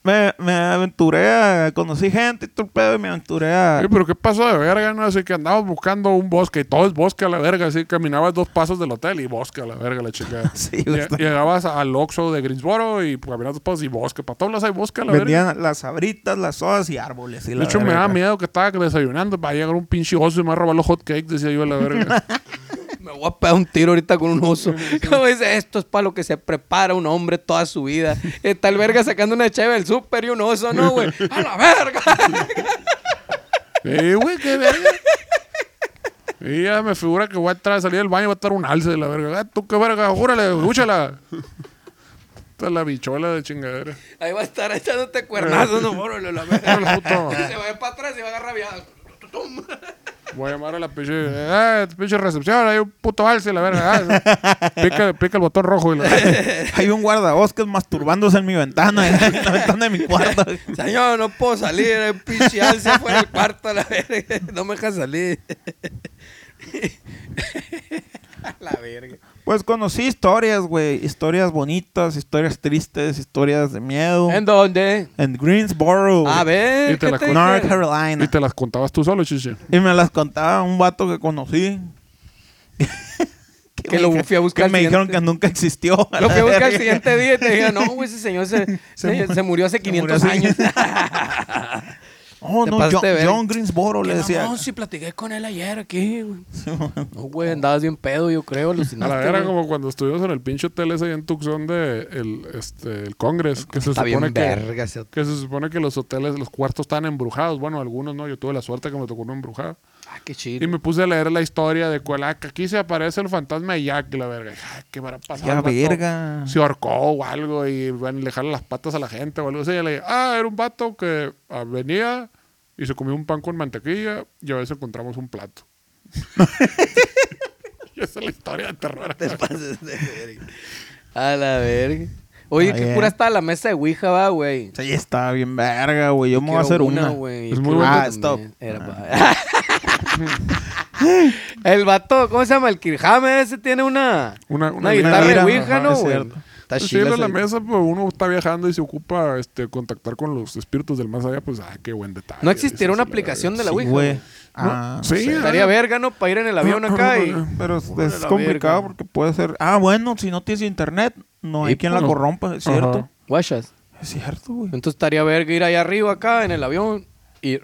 S2: Me, me aventuré a... Conocí gente y todo el pedo y me aventuré a...
S1: Oye, pero qué pasó de verga, ¿no? Así que andabas buscando un bosque y todo es bosque a la verga. Así caminabas dos pasos del hotel y bosque a la verga, la chica.
S2: Sí,
S1: Lle-
S2: está-
S1: Llegabas al Oxxo de Greensboro y pues, caminabas dos pasos y bosque. Para todos lados hay bosque a la verga.
S2: Vendían las sabritas, las sodas y árboles. y la
S1: De hecho, me
S2: verga.
S1: daba miedo que estaba desayunando. Va a llegar un pinche oso y me va a robar los hot cakes, decía yo a la verga.
S3: Me me voy a pegar un tiro ahorita con un oso. Como dice, esto es para lo que se prepara un hombre toda su vida. Está el verga sacando una cheve del súper y un oso, ¿no, güey? ¡A la verga!
S1: Sí, güey, qué verga. Y ya me figura que voy a entrar, salir del baño y va a estar un alce de la verga. Ah, tú qué verga, júrale, escúchala. Esta es la bichola de chingadera.
S3: Ahí va a estar echándote cuernazos, no, bórralo, la
S1: Órale,
S3: verga.
S1: puto.
S3: Y se va a ir para atrás y va a agarrar viado. Tum.
S1: Voy a llamar a la pinche. Eh, pinche recepción, hay un puto alce, la verga. Ah, pica, pica el botón rojo y la
S2: Hay un guardabosques masturbándose en mi ventana, en la ventana de mi cuarto.
S3: Señor, no puedo salir, hay un pinche alce afuera del cuarto, la verga. No me deja salir. A la verga.
S2: Pues conocí historias, güey. Historias bonitas, historias tristes, historias de miedo.
S3: ¿En Ah, dónde?
S2: En Greensboro,
S3: A ver,
S1: Y te
S3: ¿qué
S1: la
S3: te
S1: conozco.
S2: North
S3: dijeron?
S2: Carolina.
S1: Y te las contabas tú solo, chiche.
S2: Y me las contaba un vato que conocí.
S3: Que
S2: me
S3: lo
S2: dije-
S3: fui a buscar
S2: Que me
S3: al
S2: dijeron
S3: siguiente-
S2: que nunca existió. a
S3: Lo
S2: la
S3: que busca el
S2: verga.
S3: siguiente día y te diga, no, güey, ese señor se, se, se murió hace
S2: murió
S3: 500
S2: hace-
S3: años.
S2: Oh,
S3: Te
S2: no,
S3: pasaste
S2: John,
S3: de verga.
S2: John Greensboro le decía.
S3: No, sí platiqué con él ayer aquí, güey. No, güey, andabas bien pedo, yo creo,
S1: A
S3: alucinaste.
S1: la verga,
S3: güey.
S1: como cuando estuvimos en el pinche hotel ese ahí en Tucson de el, este, el Congress, que se
S3: Está bien
S1: supone que,
S3: verga ese
S1: que se supone que los hoteles, los cuartos están embrujados. Bueno, algunos no, yo tuve la suerte que me tocó uno embrujado.
S3: Ah, qué
S1: Y
S3: chido.
S1: me puse a leer la historia de cuál, ah, que aquí se aparece el fantasma de Jack, la verga. Ah, ¿Qué habrá pasado?
S2: Ya
S1: al vato?
S2: verga.
S1: Se ahorcó o algo y van a dejarle las patas a la gente o algo así. Y le dije, ah, era un vato que ah, venía y se comió un pan con mantequilla y a veces encontramos un plato. y esa es la historia de terror.
S3: Te pases de verga. A la verga. Oye,
S2: Ah,
S3: qué
S2: bien.
S3: cura está la mesa de Ouija, va, güey.
S2: Sí, está bien verga, güey. Yo me voy a
S3: Quiero
S2: hacer una.
S3: güey.
S1: Es
S3: Yo
S1: muy
S3: quiero
S1: buena
S3: una
S2: Ah, stop.
S3: también. Era pa- el vato, ¿cómo se llama? El Kirchhammer ese tiene una,
S1: Una-
S3: una,
S1: una
S3: guitarra
S2: lira,
S3: de Ouija,
S2: ajá,
S3: ¿no,
S2: es
S3: güey?
S2: cierto.
S3: Está
S1: Sí,
S3: chila
S1: era
S3: esa-
S1: la mesa, pues uno está viajando y se ocupa este, contactar con los espíritus del más allá, pues ah, qué buen detalle.
S3: No
S1: Sí,
S3: existirá una
S1: sí, la verga.
S3: aplicación de la
S2: Sí,
S3: Ouija.
S2: güey.
S3: güey.
S1: No,
S2: Ah,
S1: sí,
S2: sí.
S3: Estaría verga, ¿no? Para ir en el avión acá y...
S2: Pero es,
S3: Órale,
S2: es
S3: la
S2: complicado
S3: verga.
S2: porque puede ser. Ah, bueno, si no tienes internet, no hay
S3: Y
S2: quien
S3: pues
S2: la
S3: no.
S2: corrompa, es cierto.
S1: Ajá.
S3: Guachas.
S2: Es cierto, güey.
S3: Entonces estaría verga ir allá arriba acá en el avión y...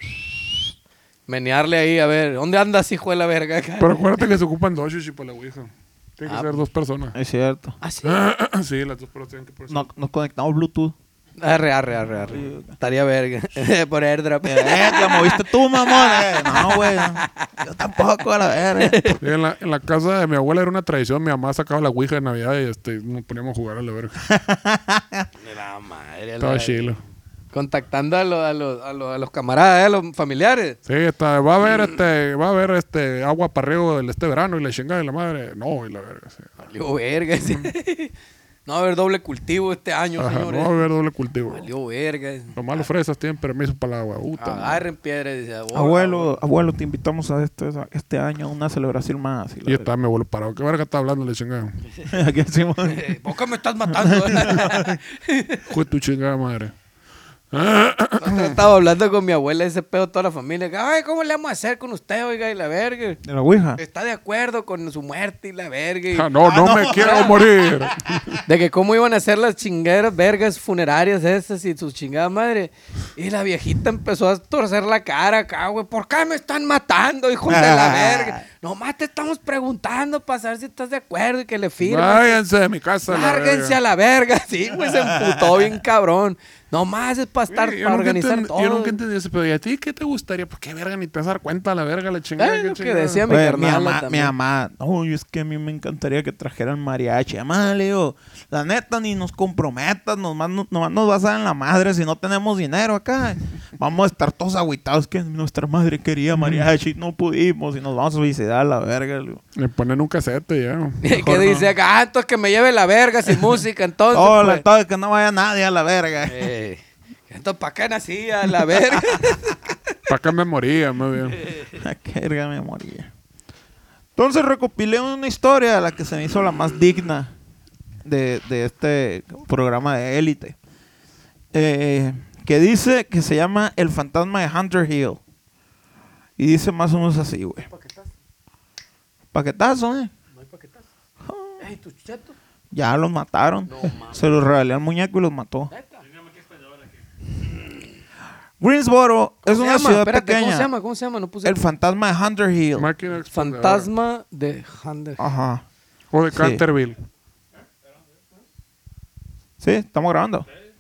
S3: Menearle ahí, a ver, ¿dónde andas, hijo de la verga? Acá?
S1: Pero acuérdate que se ocupan dos chichi para la Ouija. Tiene que
S3: Ah.
S1: ser dos personas.
S2: Es cierto.
S3: ¿Ah, sí?
S1: sí, las dos personas tienen que por
S2: No, nos conectamos Bluetooth.
S3: Arre, arre, arre, arre. Estaría verga. Por airdrop.
S2: Eh, la moviste tú, mamón. Eh, no, güey. Yo tampoco, a la verga.
S1: Sí, en, la, en la casa de mi abuela era una tradición, mi mamá sacaba la Ouija de Navidad y este, nos poníamos a jugar a la verga.
S3: La madre.
S1: Estaba
S3: la-
S1: chilo.
S3: Contactando a los, a los, a los, a los camaradas, eh, a los familiares.
S1: Sí, está, va a haber este, va a haber este agua para riego del- este verano y la chingada de la madre. No, y la verga. sí.
S3: Valió verga. sí. No va a haber doble cultivo este año,
S1: Ajá, no
S3: señores.
S1: va a haber doble cultivo.
S3: Valió verga.
S1: Nomás los fresas tienen permiso para el agua.
S3: Ah,
S1: Puta madre.
S3: Agarren piedras. dice, "Ahora,
S2: Abuelo, abuelo, te invitamos a este, a este año a una celebración más.
S1: Y está mi abuelo parado. ¿Qué verga está hablando la chingada?
S2: está. Aquí decimos.
S3: eh, ¿Por qué me estás matando?
S1: Jue tu chingada madre.
S3: Yo Estaba hablando con mi abuela ese pedo toda la familia. que, Ay, ¿cómo le vamos a hacer con usted, oiga, y la verga?
S2: De la Ouija.
S3: Está de acuerdo con su muerte y la verga. y-
S1: Ah, no, no, me quiero morir.
S3: De que cómo iban a hacer las chingueras vergas funerarias esas y su chingada madre. Y la viejita empezó a torcer la cara acá, güey. ¿Por qué me están matando, hijo de la
S2: Ah.
S3: verga? Nomás te estamos preguntando para saber si estás de acuerdo y que le firmes.
S1: Váyanse de mi casa. la
S3: Lárguense
S1: verga.
S3: a la verga. Sí, güey, se emputó bien cabrón. Nomás es para estar,
S1: Güey,
S3: para
S1: nunca
S3: organizar
S1: entendí-
S3: todo.
S1: Yo nunca entendí eso, pero ¿y a ti qué te gustaría? Pues qué verga, ni te vas a dar cuenta la verga, la chingada.
S3: Eh,
S1: qué
S3: lo que
S1: chingada.
S3: decía mi
S2: Oye, mi,
S3: carnala
S2: mamá, mi
S3: también.
S2: mamá, "Ay, es que a mí me encantaría que trajeran mariachi. Mamá, le digo, la neta, ni nos comprometas, nomás, no- nomás nos vas a dar en la madre si no tenemos dinero acá. Vamos a estar todos agüitados que nuestra madre quería mariachi, no pudimos y nos vamos a suicidar a la verga. le digo.
S1: Le ponen un casete ya.
S3: que dice acá, ah, entonces que me lleve la verga sin música, entonces.
S2: Oh,
S3: pues".
S2: la todo, que no vaya nadie a la verga.
S3: Eh, entonces, ¿para qué nacía la verga?
S1: ¿Para qué me moría? Más bien.
S3: Eh,
S2: La verga me moría. Entonces recopilé una historia, la que se me hizo la más digna de, de este programa de élite. Eh, que dice que se llama El fantasma de Hunter Hill. Y dice más o menos así, güey. Paquetazo, ¿eh?
S3: Ey, tu cheto.
S2: Ya los mataron. se los regalé al muñeco y los mató. Greensboro es
S3: ¿Cómo
S2: una
S3: se llama?
S2: ciudad
S3: Espérate,
S2: pequeña.
S3: ¿Cómo se llama? ¿Cómo se llama? No puse.
S2: El fantasma de Hunter Hill.
S1: Máquina expendedora.
S3: fantasma de Hunter.
S2: Ajá.
S1: O de
S2: Sí.
S1: Canterville.
S2: Sí, estamos grabando. El,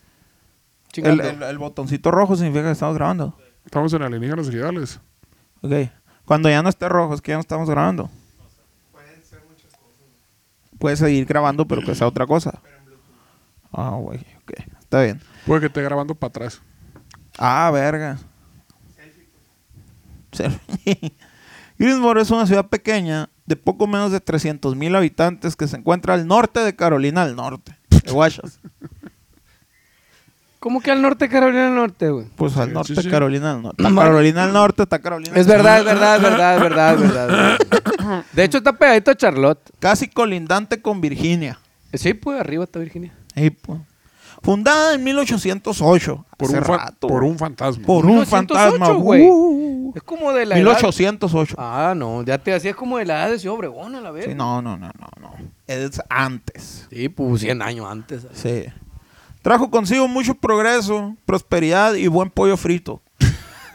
S3: Chingando.
S2: el- el botoncito rojo significa que estamos grabando.
S1: Estamos en alienígenas digitales.
S2: Ok. Cuando ya no esté rojo, es que ya no estamos grabando. Puedes seguir grabando, pero que sea otra cosa. Ah, güey. Ok. Está bien.
S1: Puede que esté grabando para atrás.
S2: Ah, verga. Selfie. Greensboro es una ciudad pequeña de poco menos de 300 mil habitantes que se encuentra al norte de Carolina del Norte. De Guayas.
S3: ¿Cómo que al norte, Carolina del Norte, güey?
S2: Pues al
S1: Sí,
S2: norte
S1: sí,
S2: de
S1: sí.
S2: Carolina del Norte. Está Carolina del Norte está Carolina.
S3: Es verdad, es verdad, es verdad, es verdad, es verdad. güey. De hecho, está pegadito a Charlotte.
S2: Casi colindante con Virginia.
S3: Eh, Sí, pues arriba está Virginia.
S2: Ahí, pues. Fundada en 1808.
S1: Por,
S2: hace
S1: un, fan-
S2: rato,
S1: por
S2: güey.
S1: un fantasma.
S2: Por un fantasma,
S3: 1908, güey.
S2: Uh,
S3: Es como de la edad-
S2: 1808.
S3: Ah, ¿eh? no, ya te hacía es como de la edad de Ciudad Obregón, a la vez.
S2: Sí,
S3: Sí,
S2: no, no, no, no, no. Es antes.
S3: pues 100 años antes.
S2: Sí. Trajo consigo mucho progreso, prosperidad y buen pollo frito.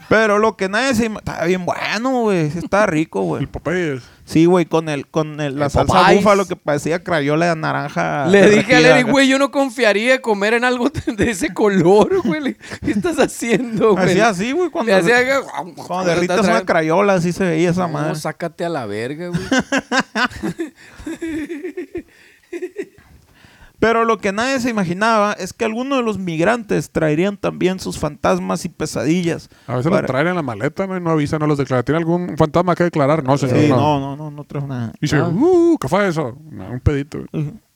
S2: Pero lo que nadie se ima- Está bien bueno, güey. Sí Está rico, güey.
S1: El Popeyes.
S2: Sí, güey, con el, con el- la
S3: El
S2: salsa
S3: Popeyes.
S2: búfalo que parecía crayola de naranja.
S3: Le dije a
S2: derretida.
S3: Eric, güey, yo no confiaría en comer en algo de ese color, güey. Le- ¿Qué estás haciendo, güey?
S2: Hacía así, güey, cuando,
S3: Le hacía que-
S2: cuando derritas una crayola, así se veía esa
S3: No,
S2: madre.
S3: sácate a la verga, güey.
S2: Pero lo que nadie se imaginaba es que algunos de los migrantes traerían también sus fantasmas y pesadillas.
S1: A veces
S2: Para-
S1: los traen en la maleta ¿no? y no avisan, no los declaran. ¿Tiene algún fantasma que declarar? No, pues, señor.
S2: Sí,
S1: no.
S2: no, no, no, no trajo nada.
S1: Y dice,
S3: Ah.
S1: uh, ¿qué fue eso? No, un pedito.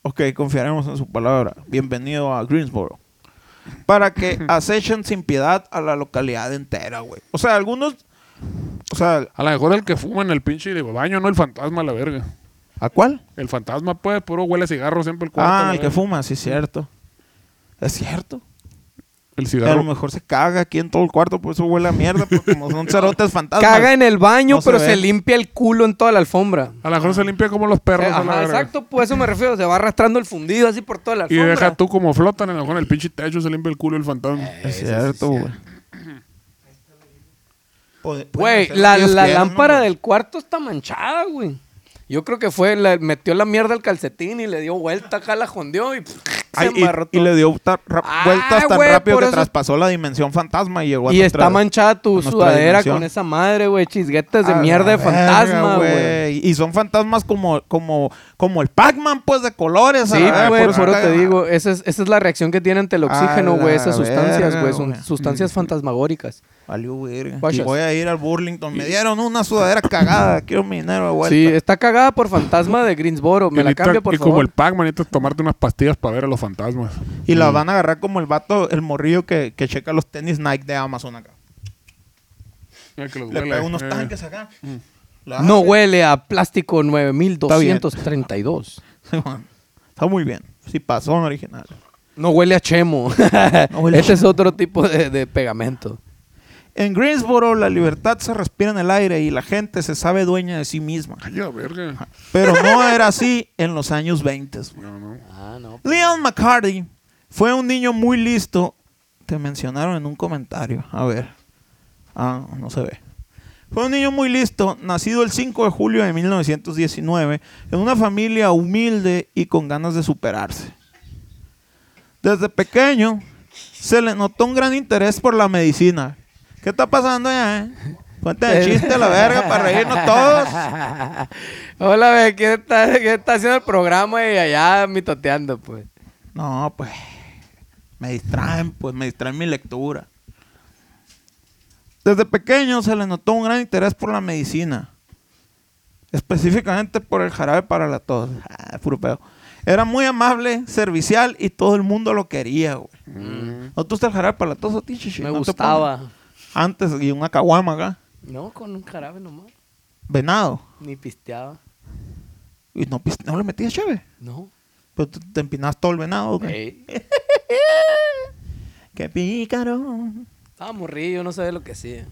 S2: Ok, confiaremos en su palabra. Bienvenido a Greensboro. Para que acechen sin piedad a la localidad entera, güey. O sea, algunos. O sea,
S1: A lo mejor el que fuma en el pinche de baño, no el fantasma, la verga.
S2: ¿a cuál?
S1: El fantasma, pues, puro huele a cigarro siempre el cuarto.
S2: Ah,
S1: la
S2: el que
S1: verga.
S2: fuma, sí, es cierto. Es cierto.
S1: El
S2: A lo
S1: cigarro.
S2: mejor se caga aquí en todo el cuarto, por eso huele a mierda, porque como son cerotes fantasmas.
S3: Caga en el baño,
S2: No se
S3: pero
S2: ve.
S3: se limpia el culo en toda la alfombra.
S1: A lo mejor se limpia como los perros. a
S3: Eh,
S1: la
S3: ajá,
S1: verga.
S3: exacto, pues eso me refiero. Se va arrastrando el fundido así por toda la
S1: Y
S3: alfombra. Eh,
S1: deja tú como flotan, a lo mejor en el pinche techo se limpia el culo el fantasma.
S2: Es cierto, güey. Pod- pueden
S3: Güey,
S2: hacer lo
S3: la,
S2: que ellos
S3: la
S2: quieran,
S3: lámpara
S2: ¿no, güey?
S3: del cuarto está manchada, güey. Yo creo que fue, la- metió la mierda al calcetín y le dio vuelta acá, la jondeó y
S2: Ay,
S3: se
S2: y,
S3: embarró
S2: y
S3: todo.
S2: le dio ta- ra-
S3: Ah,
S2: vueltas tan
S3: güey,
S2: rápido
S3: por
S2: que
S3: eso-
S2: traspasó la dimensión fantasma y llegó a
S3: Y está
S2: nuestra-
S3: manchada tu
S2: nuestra
S3: sudadera
S2: dimensión.
S3: con esa madre, güey. Chisguetes de
S2: A la
S3: mierda de
S2: verga,
S3: fantasma, güey.
S2: Y son fantasmas como, como, como el Pac-Man, pues, de colores. a
S3: Sí,
S2: la verga,
S3: güey, por
S2: eso
S3: eso
S2: caga.
S3: te digo. Esa es, esa es la reacción que tiene ante el oxígeno,
S2: A
S3: güey.
S2: la
S3: Esas sustancias,
S2: verga,
S3: güey. Son
S2: güey. Mm.
S3: sustancias fantasmagóricas.
S2: Valió verga.
S3: Guachas.
S2: Y voy a ir al Burlington. Me dieron una sudadera cagada. Quiero mi dinero de vuelta.
S3: Sí, está cagada por fantasma de Greensboro. Me
S1: Y
S3: la
S1: necesita-
S3: cambio, por
S1: y como
S3: favor.
S1: el Pac-Man, necesitas tomarte unas pastillas para ver a los fantasmas.
S2: Y la van a agarrar como el vato, el morrillo que, que checa los tenis Nike de Amazon acá.
S1: Mira que los
S2: Le
S1: huele,
S2: pega unos
S1: eh.
S2: tanques acá. La-
S3: No huele a plástico
S2: bien.
S3: 9232.
S2: Sí, man. Está muy bien. Sí, pasó en original.
S3: No huele a chemo.
S2: huele a
S3: este es otro tipo de, de pegamento.
S2: En Greensboro la libertad se respira en el aire y la gente se sabe dueña de sí misma.
S1: Ay, a verga.
S2: Pero no era así en los años 20. güey.
S1: No, no.
S3: Ah, no.
S2: Leon McCarty fue un niño muy listo. Te mencionaron en un comentario. A ver. Ah, no se ve. Fue un niño muy listo, nacido el 5 de julio de 1919, en una familia humilde y con ganas de superarse. Desde pequeño se le notó un gran interés por la medicina. ¿Qué está pasando allá, eh? Ponte de chiste a la verga para reírnos todos.
S3: Hola, ve, ¿quién está, quién está haciendo el programa y allá mitoteando, pues?
S2: No, pues. Me distraen, pues me distraen mi lectura. Desde pequeño se le notó un gran interés por la medicina. Específicamente por el jarabe para la tos. Ah, puro pedo. Era muy amable, servicial y todo el mundo lo quería, güey. ¿No tú el jarabe para la tos a ti, chichi?
S3: Mm. Me
S2: ¿No te
S3: gustaba.
S2: pones? Antes, y una caguama acá.
S3: No, con un jarabe nomás.
S2: Venado.
S3: Ni pisteaba.
S2: Y no, pis- no le metías chévere.
S3: No.
S2: Pero tú te empinabas todo el venado, güey.
S3: Ey,
S2: ¡Qué pícaro!
S3: Estaba morrillo, no sabía lo que hacía.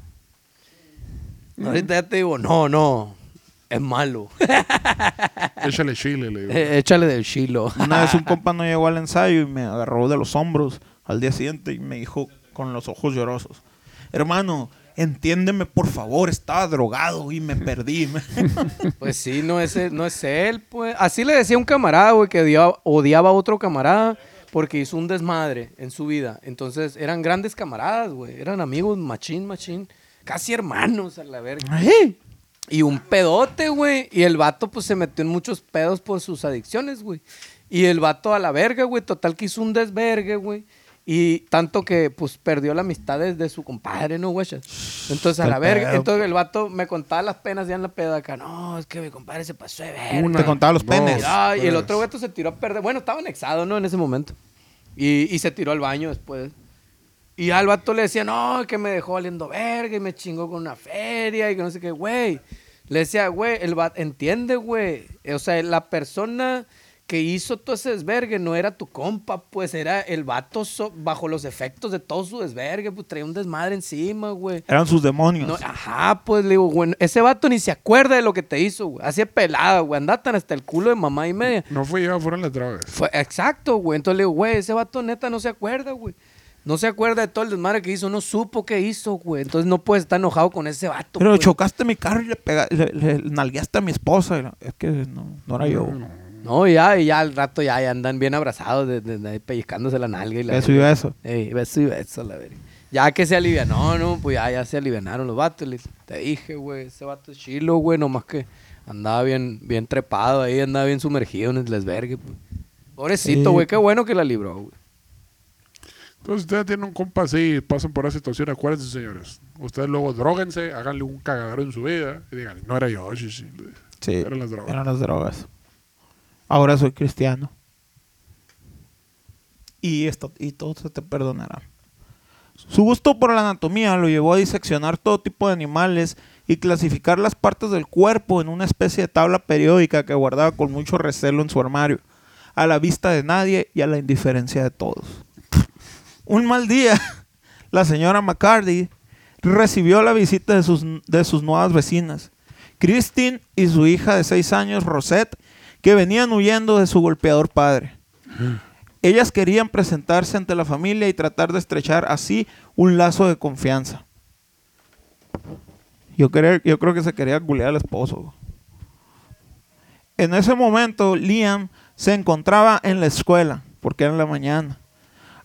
S3: Ahorita ya te digo, no, no. Es malo.
S1: Échale chile, le digo.
S3: Eh, Échale del chilo.
S2: Una vez un compa no llegó al ensayo y me agarró de los hombros al día siguiente y me dijo con los ojos llorosos. hermano, entiéndeme por favor, estaba drogado y me perdí. me-
S3: Pues sí, no es, él- no es él, pues. Así le decía un camarada, güey, que odia- odiaba a otro camarada porque hizo un desmadre en su vida. Entonces, eran grandes camaradas, güey. Eran amigos, machín, machín. Casi hermanos, a la verga.
S2: Ay,
S3: Y un pedote, güey. Y el vato, pues, se metió en muchos pedos por sus adicciones, güey. Y el vato a la verga, güey. Total que hizo un desvergue, güey. Y tanto que, pues, perdió la amistad de, de su compadre, ¿no, güey? Entonces, a
S2: Qué
S3: la verga.
S2: pedo,
S3: Entonces, el vato me contaba las penas ya en la peda acá. No, es que mi compadre se pasó de verga.
S1: Una,
S2: Te contaba los
S1: dos,
S2: penes.
S3: Ay, y el
S1: tres.
S3: otro vato se tiró a perder. Bueno, estaba anexado, ¿no? En ese momento. Y, y se tiró al baño después. Y al vato le decía, no, que me dejó valiendo verga y me chingó con una feria y que no sé qué, güey. Le decía, güey, el vato, entiende, güey. O sea, la persona que hizo todo ese desvergue no era tu compa, pues era el vato so- bajo los efectos de todo su desvergue, pues traía un desmadre encima, güey.
S2: Eran sus demonios.
S3: No, ajá, pues le digo, güey, ese vato ni se acuerda de lo que te hizo, güey. Así es pelada, güey. Andá tan hasta el culo de mamá y media.
S1: No fui yo, fueron las drogas.
S3: Fue, exacto, güey. Entonces le digo, güey, ese vato neta no se acuerda, güey. No se acuerda de todo el desmadre que hizo, no supo qué hizo, güey. Entonces no puedes estar enojado con ese vato.
S2: Pero
S3: güey.
S2: chocaste mi carro y le, pega- le- le nalgueaste a mi esposa. Y la- Es que no, no era yo.
S3: No, ya, y ya al rato ya, ya andan bien abrazados, de, de- de ahí pellizcándose la nalga y la.
S2: Eso y eso.
S3: Ey, beso y beso, la verga. Ya que se alivian, no, no, pues ya, ya se alivianaron los vatos. le- te dije, güey, ese vato es chilo, güey, nomás que andaba bien, bien trepado ahí, andaba bien sumergido en el desvergue, pues. Pobrecito,
S2: Sí.
S3: güey, qué bueno que la libró, güey.
S1: Entonces, ustedes tienen un compa así, pasan por esa situación, acuérdense, señores. Ustedes luego droguense, háganle un cagadero en su vida y digan, no era yo, sí, sí.
S2: Sí.
S1: Eran las drogas.
S2: Eran las drogas. Ahora soy cristiano. Y esto, y todo se te perdonará. Su gusto por la anatomía lo llevó a diseccionar todo tipo de animales y clasificar las partes del cuerpo en una especie de tabla periódica que guardaba con mucho recelo en su armario, a la vista de nadie y a la indiferencia de todos. Un mal día, la señora McCarthy recibió la visita de sus, de sus nuevas vecinas, Christine y su hija de seis años, Rosette, que venían huyendo de su golpeador padre. Ellas querían presentarse ante la familia y tratar de estrechar así un lazo de confianza. Yo, cre- yo creo que se quería culear al esposo. güey. En ese momento, Liam se encontraba en la escuela, porque era en la mañana.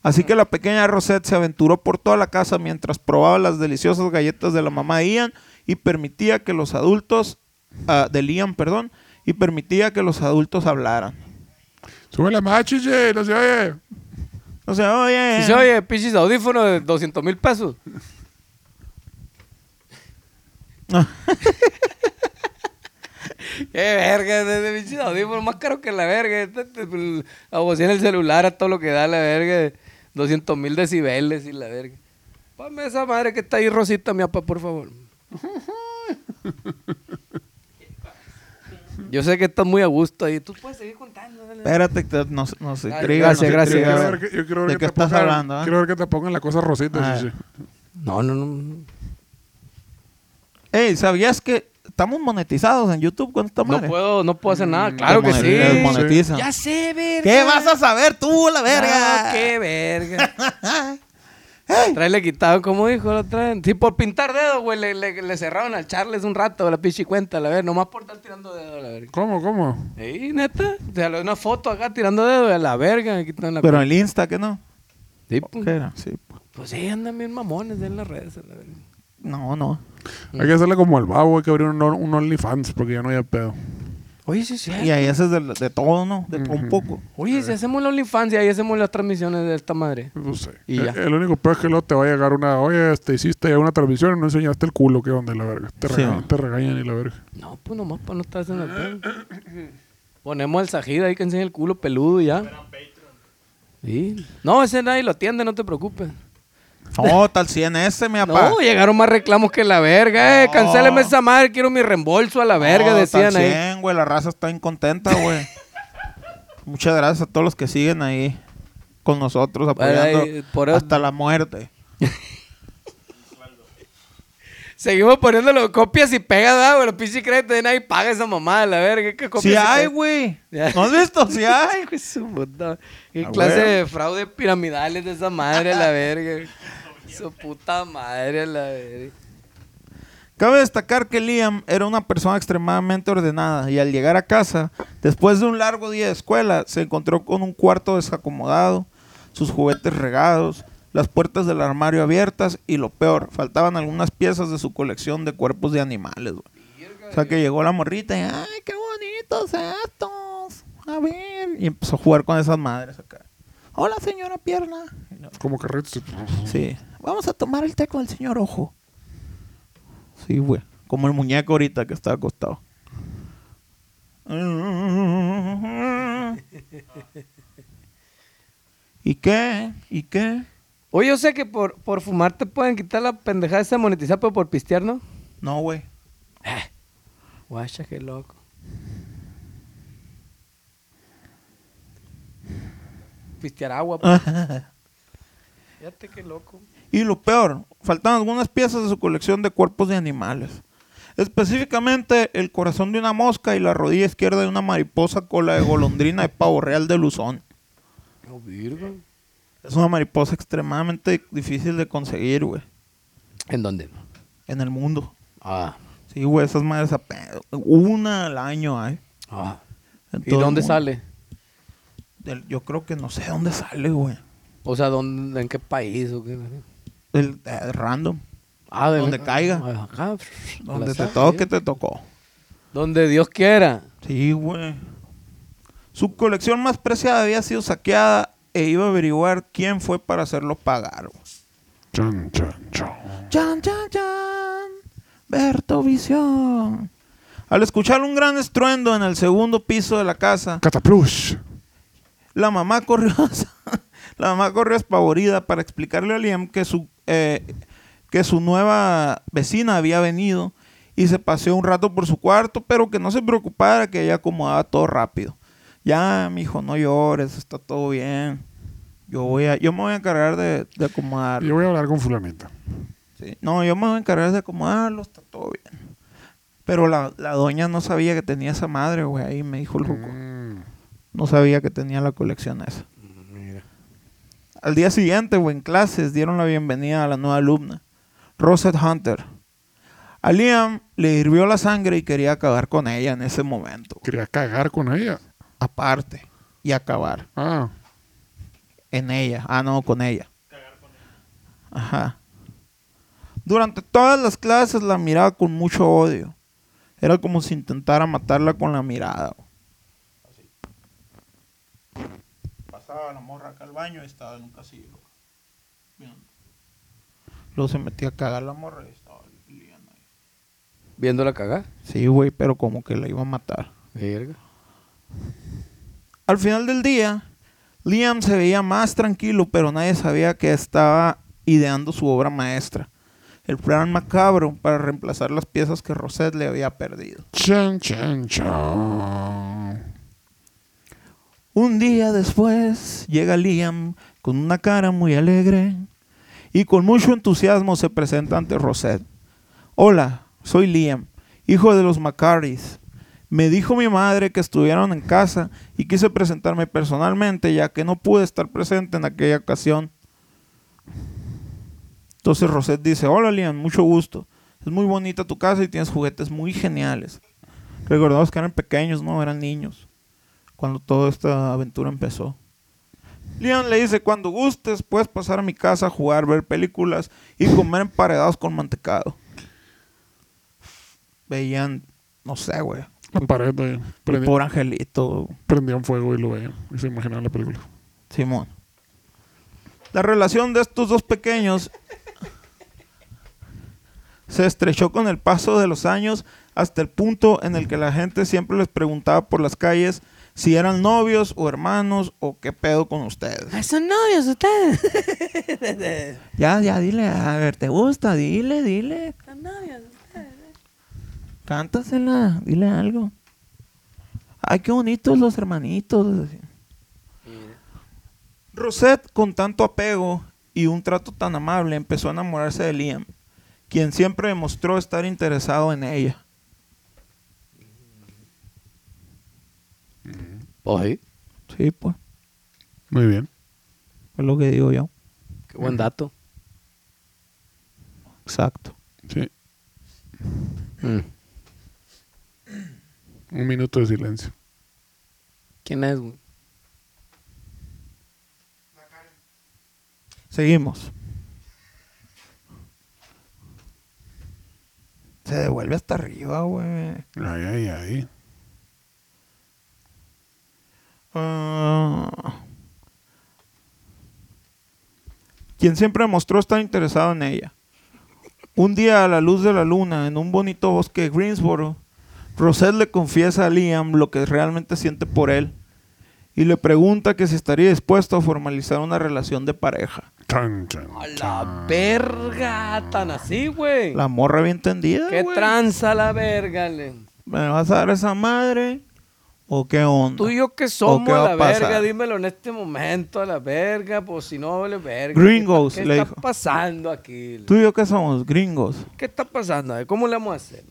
S2: Así que la pequeña Rosette se aventuró por toda la casa mientras probaba las deliciosas galletas de la mamá de Ian y permitía que los adultos, ah, de Liam, perdón, y permitía que los adultos hablaran.
S1: Sube la machi, che, no se oye.
S2: O sea, oye,
S3: Si se oye, pinches audífono de 200 mil pesos. Qué verga, ese pinches audífono más caro que la verga. Este, te- el- La bocina en el celular a todo lo que da la verga. 200 mil decibeles y la verga. Pame esa madre que está ahí, Rosita, mi papá, por favor. Yo sé que estás muy a gusto ahí. Tú puedes seguir contando. dale.
S2: espérate, que te- nos, nos
S3: Ay,
S2: escriban, nos
S3: gracias,
S1: Yo
S3: gracias,
S1: quiero
S2: escriban.
S3: gracias.
S1: ver que, yo quiero ver
S2: ¿De
S1: que
S2: qué
S1: te
S2: estás
S1: pongan-
S2: hablando? eh?
S1: Quiero ver que te pongan la cosa rosita,
S2: Ah.
S1: sí, sí.
S3: No, no, no.
S2: Ey, ¿sabías que estamos monetizados en YouTube con esta
S3: No
S2: madre?
S3: puedo, no puedo hacer nada. Claro que
S2: Mm, Te monet- te
S3: sí.
S2: monetizan.
S3: Ya sé, verga.
S2: ¿Qué vas a saber tú, la verga?
S3: No, qué verga. Traele quitado, como dijo la otra vez. Sí, por pintar dedos, güey. Le, le- le cerraron al Charles un rato, la pinche cuenta, la verga. Nomás por estar tirando dedos, la verga.
S1: ¿Cómo, cómo?
S3: Ey, neta. O sea, una foto acá tirando dedos, a la verga. le quitan la
S2: Pero el Insta, ¿qué no?
S3: Sí, pues.
S2: ¿Qué era? Sí. pues.
S3: Pues sí, andan bien mamones en las redes, a la verga.
S2: No, no.
S1: Hay que hacerle como al babo, hay que abrir un, on- un OnlyFans porque ya no hay pedo.
S3: Oye, sí, sí.
S2: Y ahí haces de, de todo, ¿no? De todo un poco.
S3: Oye, si hacemos la infancia y hacemos las transmisiones de esta madre.
S1: No sé.
S3: Y
S1: Eh,
S3: ya.
S1: El único pedo es que luego te va a llegar una, oye, este, hiciste una transmisión y no enseñaste el culo, que onda, la verga. Te,
S2: Sí,
S1: regañan,
S2: ¿no?
S1: te regañan y la verga.
S3: No, pues nomás para no estar haciendo el pedo. Ponemos el sajid ahí que enseña el culo peludo y ya. Sí. No, ese nadie lo atiende, no te preocupes.
S2: No, tal 100 ese, mi papá.
S3: No, llegaron más reclamos que la verga. Eh, cancéleme esa madre, quiero mi reembolso a la verga,
S2: No,
S3: decían
S2: tal
S3: ahí.
S2: 100, güey. La raza está incontenta, güey. Muchas gracias a todos los que siguen ahí con nosotros apoyando
S3: Ay, por-
S2: hasta la muerte.
S3: Seguimos poniéndolo copias y pegas, ¿verdad? Pero pinche crédito de nadie paga esa mamada, la verga. ¿Qué copias
S2: Sí
S3: y
S2: hay,
S3: pegas?
S2: güey.
S3: Ya.
S2: ¿No has visto? Sí hay.
S3: Hijo de su puta. ¿Qué
S2: Ah,
S3: clase
S2: güey.
S3: de fraude piramidales de esa madre, la verga? Su puta madre, la verga.
S2: Cabe destacar que Liam era una persona extremadamente ordenada y al llegar a casa, después de un largo día de escuela, se encontró con un cuarto desacomodado, sus juguetes regados, las puertas del armario abiertas y lo peor, faltaban algunas piezas de su colección de cuerpos de animales. güey. O sea que llegó la morrita y ¡ay, qué bonitos estos! A ver. Y empezó a jugar con esas madres acá. Hola, señora pierna.
S1: Como carritos.
S2: Sí. Vamos a tomar el té con el señor Ojo. Sí, güey. Como el muñeco ahorita que está acostado. ¿Y qué? ¿Y qué?
S3: Oye, yo sé que por, por fumar te pueden quitar la pendejada esa de monetizar, pero por pistear, ¿no?
S2: No, güey. Eh.
S3: Guacha, qué loco. Pistear agua, pues.
S2: Ah.
S3: Fíjate qué loco.
S2: Y lo peor, faltan algunas piezas de su colección de cuerpos de animales. Específicamente el corazón de una mosca y la rodilla izquierda de una mariposa cola de golondrina de pavo real de Luzón.
S3: No, virgo.
S2: Es una mariposa extremadamente difícil de conseguir, güey.
S3: ¿En dónde?
S2: En el mundo.
S3: Ah.
S2: Sí, güey, esas madres apenas. Una al año hay.
S3: ah.
S2: En
S3: ¿Y
S2: todo el
S3: dónde
S2: mundo.
S3: sale?
S2: Del- yo creo que no sé dónde sale, güey.
S3: O sea, ¿dónde, ¿en qué país? O qué?
S2: El, eh, random.
S3: Ah, de-
S2: Donde caiga.
S3: Ah, Acá.
S2: Donde te
S3: sale,
S2: toque,
S3: ¿eh?
S2: te tocó.
S3: Donde Dios quiera.
S2: Sí, güey. Su colección más preciada había sido saqueada e iba a averiguar quién fue para hacerlo pagar. güey.
S1: Chan, chan, chan.
S2: Chan, chan, chan. Berto Visión. Al escuchar un gran estruendo en el segundo piso de la casa,
S1: Cataplush.
S2: La mamá corrió, la mamá corrió espavorida para explicarle a Liam que su, eh, que su nueva vecina había venido y se paseó un rato por su cuarto, pero que no se preocupara, que ella acomodaba todo rápido. Ya, mijo, no llores, está todo bien. Yo voy a, yo me voy a encargar de, de acomodar.
S1: Yo voy a hablar con fulanita.
S2: Sí, No, yo me voy a encargar de acomodarlo, está todo bien. Pero la, la doña no sabía que tenía esa madre, güey, ahí me dijo el ruco.
S1: Mm.
S2: No sabía que tenía la colección esa. Al día siguiente, o en clases, dieron la bienvenida a la nueva alumna, Rosette Hunter. A Liam le hirvió la sangre y quería acabar con ella en ese momento,
S1: Quería cagar con ella.
S2: aparte, y acabar
S1: Ah.
S2: en ella. Ah, no, con ella. Ajá. Durante todas las clases la miraba con mucho odio. Era como si intentara matarla con la mirada. Pasaba la morra acá al baño y estaba en un casillo. Luego se metía a cagar la morra y estaba liando ahí.
S3: Viéndola cagar.
S2: Sí, güey, pero como que la iba a matar.
S3: Verga.
S2: Al final del día, Liam se veía más tranquilo, pero nadie sabía que estaba ideando su obra maestra. El plan macabro para reemplazar las piezas que Rosette le había perdido.
S1: Chan, chan, chan.
S2: Un día después llega Liam con una cara muy alegre y con mucho entusiasmo se presenta ante Rosette. Hola, soy Liam, hijo de los Macaris. Me dijo mi madre que estuvieron en casa y quise presentarme personalmente ya que no pude estar presente en aquella ocasión. Entonces Rosette dice, hola Liam, mucho gusto. Es muy bonita tu casa y tienes juguetes muy geniales. Recordamos que eran pequeños, no eran niños cuando toda esta aventura empezó. Leon le dice, cuando gustes, puedes pasar a mi casa a jugar, ver películas y comer emparedados con mantecado. Veían, no sé, güey,
S1: La pared de
S2: el
S1: prendí-
S2: pobre angelito,
S1: prendían fuego y lo veían. Y se imaginaban la película.
S2: Simón. La relación de estos dos pequeños se estrechó con el paso de los años hasta el punto en el que la gente siempre les preguntaba por las calles si eran novios o hermanos o qué pedo con ustedes.
S3: Ah, Son novios ustedes.
S2: Ya, ya, dile, a ver, ¿te gusta? Dile, dile. Cántasela, dile algo. Ay, qué bonitos los hermanitos. Rosette, con tanto apego y un trato tan amable, empezó a enamorarse de Liam, quien siempre demostró estar interesado en ella.
S3: Pues sí.
S2: Sí, pues,
S1: Muy bien.
S2: es lo que digo yo.
S3: Qué buen dato.
S2: Exacto.
S1: Sí.
S3: Mm.
S1: Un minuto de silencio.
S3: ¿Quién es, güey?
S2: Seguimos. Se devuelve hasta arriba, güey.
S1: Ay, ay, ay.
S2: Ah. quien siempre demostró estar interesado en ella. Un día a la luz de la luna, en un bonito bosque de Greensboro, Rosette le confiesa a Liam lo que realmente siente por él y le pregunta que si estaría dispuesto a formalizar una relación de pareja.
S1: Chan, chan,
S3: A
S1: chan.
S3: la verga, tan así, güey.
S2: La morra bien tendida.
S3: ¿Qué
S2: güey.
S3: tranza la verga, le?
S2: ¿Me vas a dar esa madre? ¿O qué onda?
S3: Tú y yo que somos
S2: qué va
S3: a la
S2: a pasar?
S3: verga, dímelo en este momento a la verga, pues si no vale verga.
S2: Gringos,
S3: ¿Qué, está-
S2: le
S3: qué
S2: dijo.
S3: está pasando aquí? le?
S2: Tú y yo que somos gringos.
S3: ¿Qué está pasando? A ver, ¿Cómo le vamos a hacer?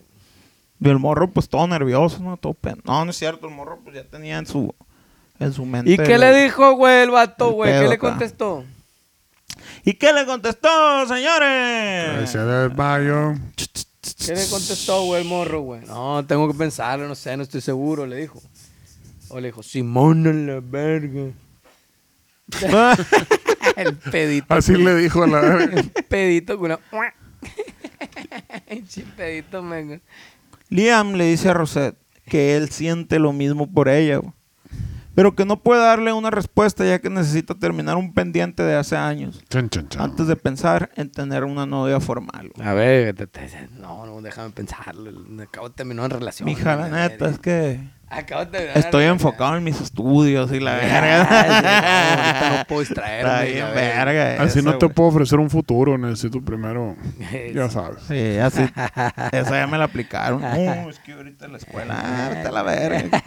S2: Y el morro, pues todo nervioso, ¿no? Todo pen- No, no es cierto, el morro, pues ya tenía en su, en su mente.
S3: ¿Y qué
S2: el-
S3: le dijo, güey, el vato,
S2: el
S3: güey? ¿Qué
S2: pedo
S3: le
S2: acá.
S3: contestó?
S2: ¿Y qué le contestó, señores?
S1: Ese desmayo.
S3: ¿Qué le contestó, güey, el morro, güey? No, tengo que pensarlo, no sé, no estoy seguro, le dijo. O le dijo, Simón en la verga.
S2: Ah,
S3: el pedito.
S1: Así le dijo a la verga.
S3: pedito con una. Pinche pedito, mengo.
S2: Liam le dice a Rosette que él siente lo mismo por ella, güey, pero que no puede darle una respuesta ya que necesita terminar un pendiente de hace años
S1: Chan, chan, chan.
S2: antes de pensar en tener una novia formal. güey.
S3: A ver, te- te- te- no, no, déjame pensarlo. me Acabo de terminar una relación.
S2: Mija, la neta, es que
S3: Acabo de terminar. una
S2: estoy
S3: relación.
S2: enfocado en mis estudios y la
S3: Ah, sí, no,
S2: verga.
S3: ahorita no puedo distraerme,
S2: Está bien
S3: la verga.
S2: verga.
S1: Así
S2: esa,
S1: no te
S2: güey.
S1: puedo ofrecer un futuro, necesito primero.
S3: Sí.
S1: Ya sabes.
S2: Sí, así. Esa ya me la aplicaron. No, es que ahorita en la escuela. Ah, vete a la verga.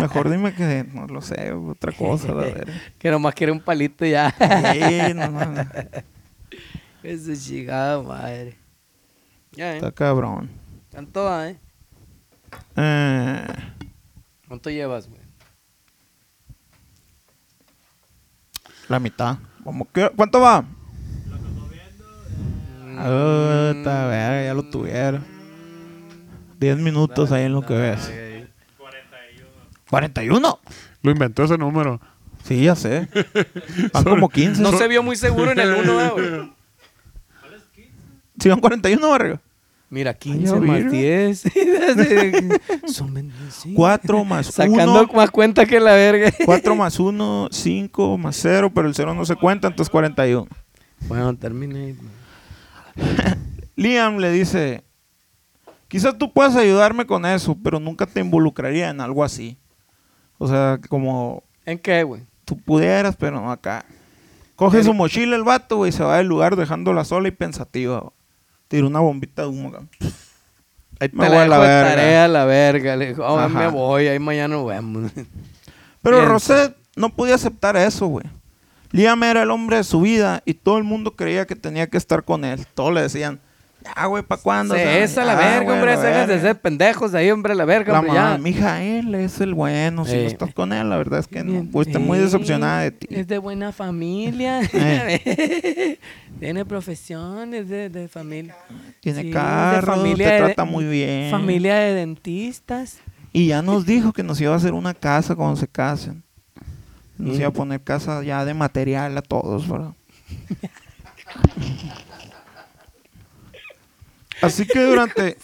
S2: Mejor dime que, no lo sé, otra cosa, la verga.
S3: Que nomás quiere un palito y ya.
S2: Sí, no, mames.
S3: Eso chingada madre. Ya,
S2: Está
S3: ¿eh?
S2: cabrón.
S3: Están todas, ¿eh?
S2: Eh,
S3: ¿Cuánto llevas, güey?
S2: la mitad. Como que- ¿Cuánto va? Ah, Esta verga, ya lo tuvieron. 10 minutos ahí en lo que ves. 41. ¿41?
S1: Lo inventó ese número.
S2: Sí, ya sé. Van como 15.
S3: No se vio muy seguro en el uno, ¿eh, güey.
S2: Si van 41, verga.
S3: Mira,
S2: ya
S3: 15 más
S2: vieron.
S3: 10. Son 25.
S2: 4 más 1.
S3: Sacando más cuenta que la verga.
S2: 4 más 1, 5 más 0, pero el 0 no se cuenta, entonces 41.
S3: Bueno, terminé. güey.
S2: Liam le dice, quizás tú puedas ayudarme con eso, pero nunca te involucraría en algo así. O sea, como
S3: ¿En qué, güey?
S2: tú pudieras, pero no acá. Coge su mochila el vato güey, y se va del lugar dejándola sola y pensativa. güey. Tira una bombita de humo. acá.
S3: Ahí te
S2: Me
S3: la
S2: voy a la
S3: dejo de
S2: verga.
S3: tarea, la verga. Le dijo, "Oh,
S2: Ajá.
S3: me voy, ahí mañana nos vemos.
S2: Pero
S3: Piensa.
S2: Rosette no podía aceptar eso, güey. Liam era el hombre de su vida y todo el mundo creía que tenía que estar con él. Todos le decían, ya, güey, ¿para cuándo?
S3: Se
S2: O sea,
S3: esa la
S2: ya,
S3: verga,
S2: güey,
S3: hombre.
S2: la
S3: Déjense de
S2: Ah, verga".
S3: ser pendejos ahí, hombre, la verga,
S2: La
S3: hombre.
S2: mamá,
S3: Ya.
S2: mija, él es el bueno. Si
S3: Ey.
S2: no estás con él, la verdad es que no.
S3: Bien,
S2: Pues estoy muy
S3: eh,
S2: decepcionada de ti. Eh.
S3: Es de buena familia. Tiene profesión, es de, de familia.
S2: Tiene
S3: Sí, es de eh,
S2: carro, te
S3: de-
S2: trata muy bien.
S3: Familia de dentistas.
S2: Y ya nos dijo que nos iba a hacer una casa cuando se casen. Nos iba a poner casa ya de material a todos, ¿verdad? Así que durante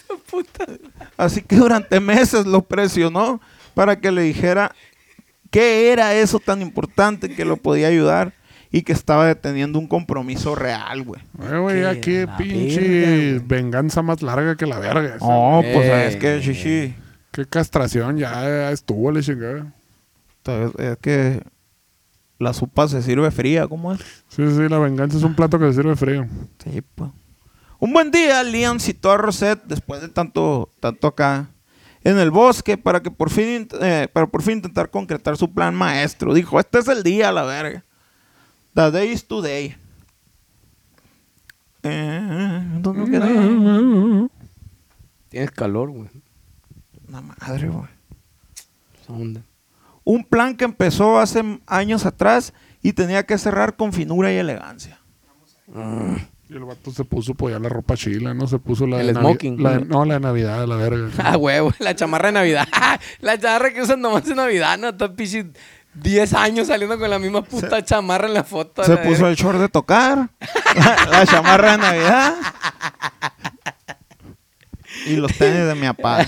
S2: Así que durante meses lo presionó para que le dijera qué era eso tan importante que lo podía ayudar y que estaba deteniendo un compromiso real, güey.
S1: Eh, güey,
S3: Qué
S1: aquí
S3: la
S1: pinche
S3: verga, güey.
S1: venganza más larga que la verga. esa.
S2: No, pues
S3: Ey.
S2: es que, sí, sí.
S1: Qué castración, ya estuvo, le chingada.
S2: Entonces, Es que la sopa se sirve fría, ¿cómo es?
S1: Sí, sí, la venganza es un plato que se sirve frío.
S2: Sí, pues. Un buen día, Liam citó a Rosette después de tanto, tanto acá en el bosque para que por fin, eh, para por fin intentar concretar su plan maestro. Dijo, este es el día, la verga. The day is today. Eh, ¿Dónde me quedé?
S3: Tienes calor, güey.
S2: La madre, güey.
S3: Esa onda.
S2: Un plan que empezó hace años atrás y tenía que cerrar con finura y elegancia.
S1: Y el vato se puso, pues, ya la ropa chila, ¿no? Se puso la
S3: El
S1: de Navi-
S3: smoking.
S1: la de- no, la de Navidad, la verga.
S3: Ah, huevo, la chamarra de Navidad. la chamarra que usan nomás en Navidad, no, está pichi 10 años saliendo con la misma puta chamarra en la foto. a
S2: Se
S3: la
S2: puso
S3: verga.
S2: el short de tocar, la, la chamarra de Navidad y los tenis de mi papá.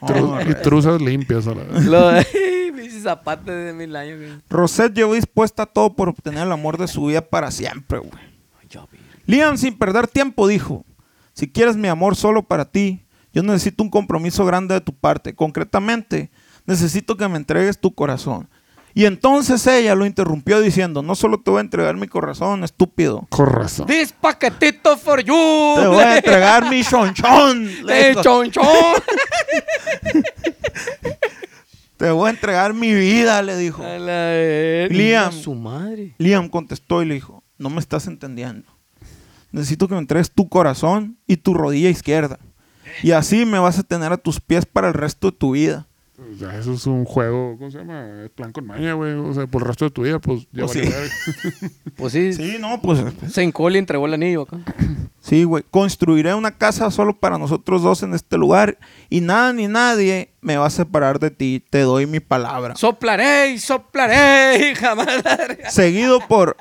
S1: Tru- y truzas limpias a la verga.
S3: Lo de pinche zapatos de mil años. güey.
S2: Rosette llevó dispuesta a todo por obtener el amor de su vida para siempre, güey.
S3: Yo, mira.
S2: Liam, sin perder tiempo, dijo: Si quieres mi amor solo para ti, yo necesito un compromiso grande de tu parte. Concretamente, necesito que me entregues tu corazón. Y entonces ella lo interrumpió diciendo: No solo te voy a entregar mi corazón, estúpido.
S1: Corrazo.
S3: This paquetito for you.
S2: Te voy a entregar mi chonchón. le
S3: Eh,
S2: dijo.
S3: chonchón.
S2: Te voy a entregar mi vida, le dijo.
S3: A la verga.
S2: Liam.
S3: Su madre.
S2: Liam contestó y le dijo, no me estás entendiendo. Necesito que me entregues tu corazón y tu rodilla izquierda. Y así me vas a tener a tus pies para el resto de tu vida.
S1: O sea, eso es un juego, ¿cómo se llama? Es plan con maña, güey. O sea, por el resto de tu vida, pues ya
S2: Pues
S1: valió
S2: sí.
S1: verga.
S3: Pues sí,
S2: Sí, no, pues...
S3: se encó y le entregó el anillo acá.
S2: Sí, güey. Construiré una casa solo para nosotros dos en este lugar. Y nada ni nadie me va a separar de ti. Te doy mi palabra.
S3: Soplaré y soplaré y jamás daré.
S2: Seguido por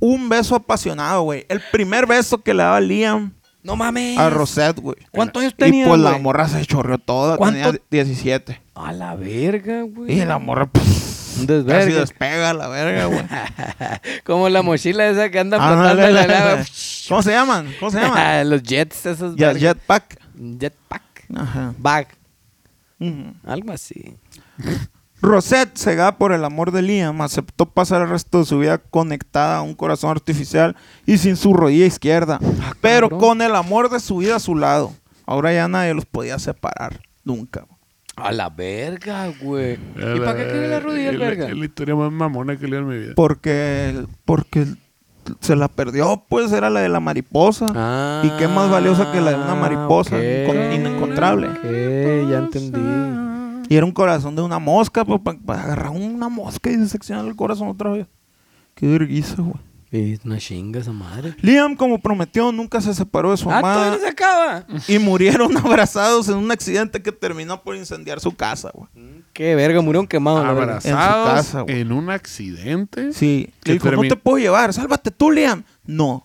S2: un beso apasionado, güey. El primer beso que le daba Liam
S3: No mames.
S2: a Rosette, güey.
S3: ¿Cuántos años
S2: Y
S3: tenía,
S2: pues la
S3: güey?
S2: morra se chorreó toda.
S3: ¿Cuánto?
S2: Tenía 17.
S3: A la verga, güey.
S2: Y la morra, pues,
S3: Un
S2: casi
S3: desvergue.
S2: despega la verga, güey. Ah,
S3: Como la mochila esa que anda flotando
S2: Ándale,
S3: en la
S2: ándale.
S3: lava.
S2: ¿Cómo se llaman? ¿Cómo se llaman?
S3: Los jets, esos.
S2: Ya,
S3: verga.
S2: jetpack.
S3: Jetpack.
S2: Ajá.
S3: Bag.
S2: Ujú.
S3: Algo así.
S2: Mm. Rosette, cegada por el amor de Liam, aceptó pasar el resto de su vida conectada a un corazón artificial y sin su rodilla izquierda, pero
S3: Ah, cabrón.
S2: con el amor de su vida a su lado. Ahora ya nadie los podía separar, nunca.
S3: A la verga, güey. ¿Y para qué quiere la rodilla, el
S1: Es
S3: verga?
S1: Es la historia más mamona que he leído en mi vida.
S2: Porque, porque se la perdió, pues era la de la mariposa.
S3: Ah,
S2: ¿Y qué más valiosa que la de una mariposa?
S3: ok.
S2: Incon- inencontrable.
S3: Ok, ya entendí.
S2: Y era un corazón de una mosca, pues, para agarrar una mosca y diseccionar el corazón otra vez. Qué vergüenza, güey.
S3: Es una chinga esa madre.
S2: Liam, como prometió, nunca se separó de su
S3: Ah, todavía
S2: amada
S3: no se acaba.
S2: y murieron abrazados en un accidente que terminó por incendiar su casa, güey.
S3: Qué verga, murieron quemados. la verga.
S1: Abrazados en,
S2: en su casa, güey.
S1: un accidente.
S2: Sí.
S1: Que
S2: Le dijo,
S1: termi-
S2: no te puedo llevar, sálvate tú, Liam. No,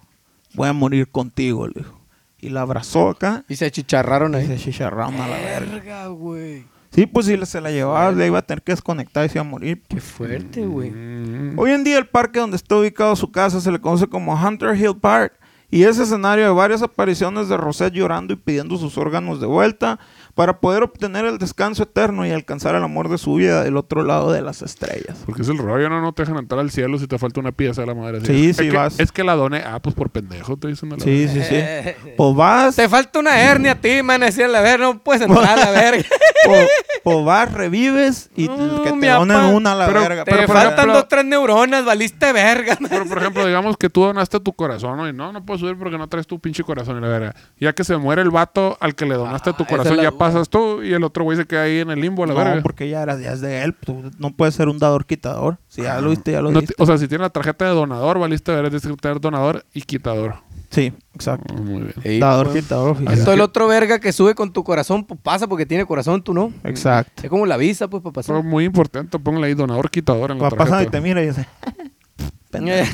S2: voy a morir contigo, le dijo. Y la abrazó acá
S3: Y se achicharraron
S2: y
S3: ahí.
S2: se chicharrama la verga.
S3: Verga, güey.
S2: Sí, pues si se la llevaba, le iba a tener que desconectar y se iba a morir.
S3: Qué fuerte, Este güey.
S1: Mm,
S2: Hoy en día el parque donde está ubicado su casa se le conoce como Hunter Hill Park y es escenario de varias apariciones de Rosette llorando y pidiendo sus órganos de vuelta para poder obtener el descanso eterno y alcanzar el amor de su vida del otro lado de las estrellas.
S1: Porque es el rollo, ¿no? No te dejan entrar al cielo si te falta una pieza de la madre. así.
S2: Sí,
S1: es
S2: sí,
S1: que,
S2: vas.
S1: Es que la doné. Ah, pues por pendejo te dicen. a la
S2: Sí,
S1: verga.
S2: sí, sí. Pues vas,
S3: Te falta una hernia a ti, man. Decía la verga, no puedes entrar a la verga.
S2: pues, pues vas, revives y
S3: No,
S2: que
S3: mi
S2: te donen
S3: apa.
S2: una a la
S1: Pero
S2: verga.
S3: Te
S1: Pero, por
S3: faltan
S1: ejemplo-
S3: dos, tres neuronas, valiste verga, man.
S1: Pero, por ejemplo, digamos que tú donaste tu corazón, ¿no? Y no, no puedo subir porque no traes tu pinche corazón y la verga. Ya que se muere el vato al que le donaste
S3: Ah,
S1: tu
S3: esa es
S1: corazón,
S3: la
S1: ya
S3: duda.
S1: pasas tú y el otro güey se queda ahí en el limbo, a la
S2: no,
S1: verga.
S2: porque ya eras días de él. Tú no puedes ser un dador quitador. Si ya lo viste, ya lo
S1: No
S2: viste.
S1: ti- o sea, si tienes la tarjeta de donador, valiste ver, es tener donador y quitador.
S2: Sí, exacto.
S1: Ah, muy bien.
S2: Dador quitador. fíjate.
S3: Esto el otro verga que sube con tu corazón, pues pasa porque tiene corazón, tú no.
S2: Exacto.
S3: Es como la visa, pues, para pasar.
S1: Eso es muy importante, ponle ahí donador quitador en la
S2: Va pasando y
S1: tarjeta.
S2: te mira y dice.
S3: Eh,
S2: pendejo.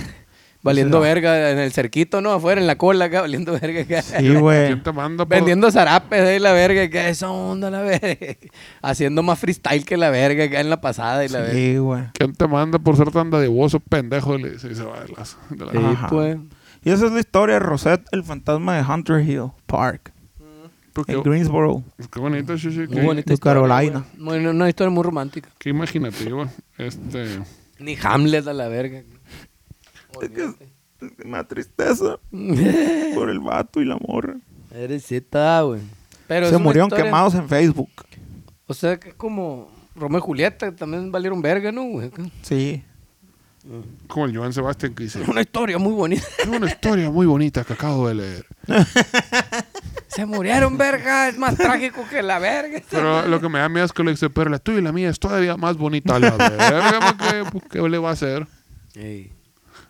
S3: valiendo
S2: Sí,
S3: verga en el cerquito, ¿no? Afuera, en la cola acá, valiendo verga acá.
S2: Sí, güey.
S1: ¿Quién te manda? por-
S3: Vendiendo zarapes ahí la verga, que esa onda la verga. Haciendo más freestyle que la verga acá en la pasada y la verga.
S2: Sí, güey.
S1: ¿Quién te manda por ser tan dadivoso, pendejo? Le dice, y se va de las- de la-
S3: Sí,
S2: Ajá.
S3: pues.
S2: Y esa es la historia de Rosette, el fantasma de Hunter Hill Park,
S1: Tú,
S2: en
S1: qué,
S2: Greensboro.
S1: qué bonito, Shishi.
S3: Muy
S1: Qué,
S3: bonita
S2: de
S3: historia,
S2: Carolina.
S3: güey. Bueno, una historia muy romántica.
S1: qué imaginativo. Este,
S3: Ni Hamlet a la verga.
S2: Es que me da tristeza por el vato y la morra.
S3: Eresita, güey. Pero es
S2: Se
S3: una
S2: murieron
S3: historia-
S2: quemados en Facebook.
S3: O sea, que es como Romeo y Julieta, que también valieron verga, ¿no, güey?
S2: Sí.
S1: como el Joan Sebastián que dice,
S3: Una historia muy bonita.
S1: tengo una historia muy bonita que acabo de leer.
S3: Se murieron verga, es más trágico que la verga.
S1: Pero lo que me da miedo es que le dice, pero la tuya y la mía es todavía más bonita. La verga, ¿qué, ¿qué le va a hacer?
S3: Ey.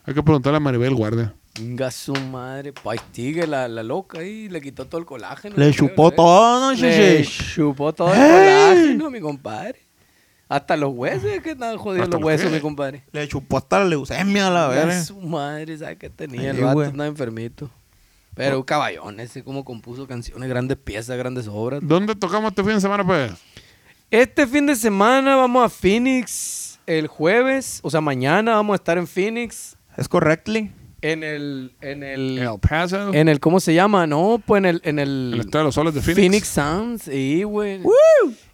S1: Hay que preguntarle a Maribel Guardia.
S3: Venga su madre. Pues sigue la, la loca ahí. Le quitó todo el colágeno.
S2: Le
S3: yo creo,
S2: chupó
S3: ¿eh?
S2: todo, ¿no,
S3: Le
S2: chichi?
S3: chupó todo el
S2: ¡Ey!
S3: colágeno, mi compadre. Hasta los huesos, que estaban jodidos
S1: ¿Hasta
S3: los
S1: los
S3: huesos,
S1: qué?
S3: mi compadre.
S2: Le chupó hasta la leucemia, la
S3: Venga
S2: verga.
S3: su madre, ¿sabes qué tenía?
S2: Sí,
S3: El vato
S2: güey.
S3: andaba enfermito. Pero un caballón ese, como compuso canciones, grandes piezas, grandes obras.
S1: ¿Dónde tocamos este fin de semana, pues?
S3: Este fin de semana vamos a Phoenix el jueves, o sea, mañana vamos a estar en Phoenix,
S2: ¿Es correctly?
S3: en el,
S1: En
S3: en el,
S1: El Paso. En
S3: en el, ¿cómo se llama? No, pues en el, en el,
S1: el Estado de los Soles de Phoenix.
S3: Phoenix Sounds, y güey.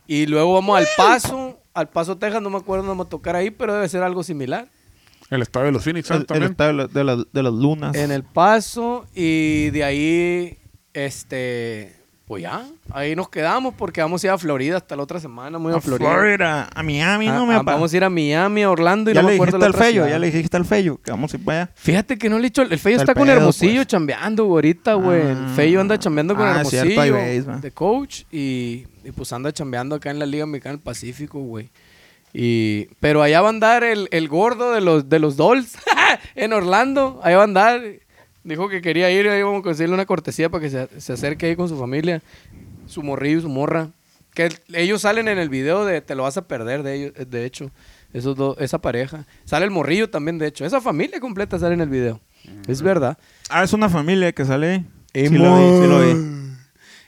S3: Y luego vamos al Paso, al Paso Texas, no me acuerdo dónde vamos a tocar ahí, pero debe ser algo similar.
S1: El Estado de los Phoenix
S2: El,
S1: Suns
S2: el
S1: también.
S2: estadio de, la- de la- de las lunas.
S3: En el Paso y de ahí, este, pues ya, ahí nos quedamos porque vamos a ir a Florida hasta la otra semana, muy a,
S2: a
S3: Florida.
S2: Florida. A Miami,
S3: Ah,
S2: no me
S3: ah,
S2: apa.
S3: vamos a ir a Miami, a Orlando y
S2: Ya
S3: no
S2: le
S3: me acuerdo
S2: dijiste
S3: la
S2: al
S3: otra
S2: Fello,
S3: ciudad.
S2: ya le dijiste al Fello que vamos a ir para allá.
S3: Fíjate que no le he dicho. El Feyo
S2: Está
S3: está
S2: el
S3: con
S2: pedo,
S3: Hermosillo
S2: pues.
S3: chambeando güey, ahorita, güey. el
S2: Ah.
S3: Feyo anda chambeando con
S2: Ah,
S3: Hermosillo.
S2: cierto, ahí ves, va.
S3: de coach. Y, y pues anda chambeando acá en la Liga Mexicana del Pacífico, güey. Y, pero allá va a andar el, el gordo de los, de los Dolls en Orlando. Allá va a andar. Dijo que quería ir. Ahí vamos a conseguirle una cortesía para que se, se acerque ahí con su familia. Su morrillo y su morra. Que el- ellos salen en el video de Te lo vas a perder, de, ellos, de hecho. Esos dos, esa pareja. Sale el morrillo también, de hecho. Esa familia completa sale en el video. Es verdad.
S2: Ah, es una familia que sale ahí.
S3: Eh,
S2: Sí lo vi, sí lo vi.
S3: mon.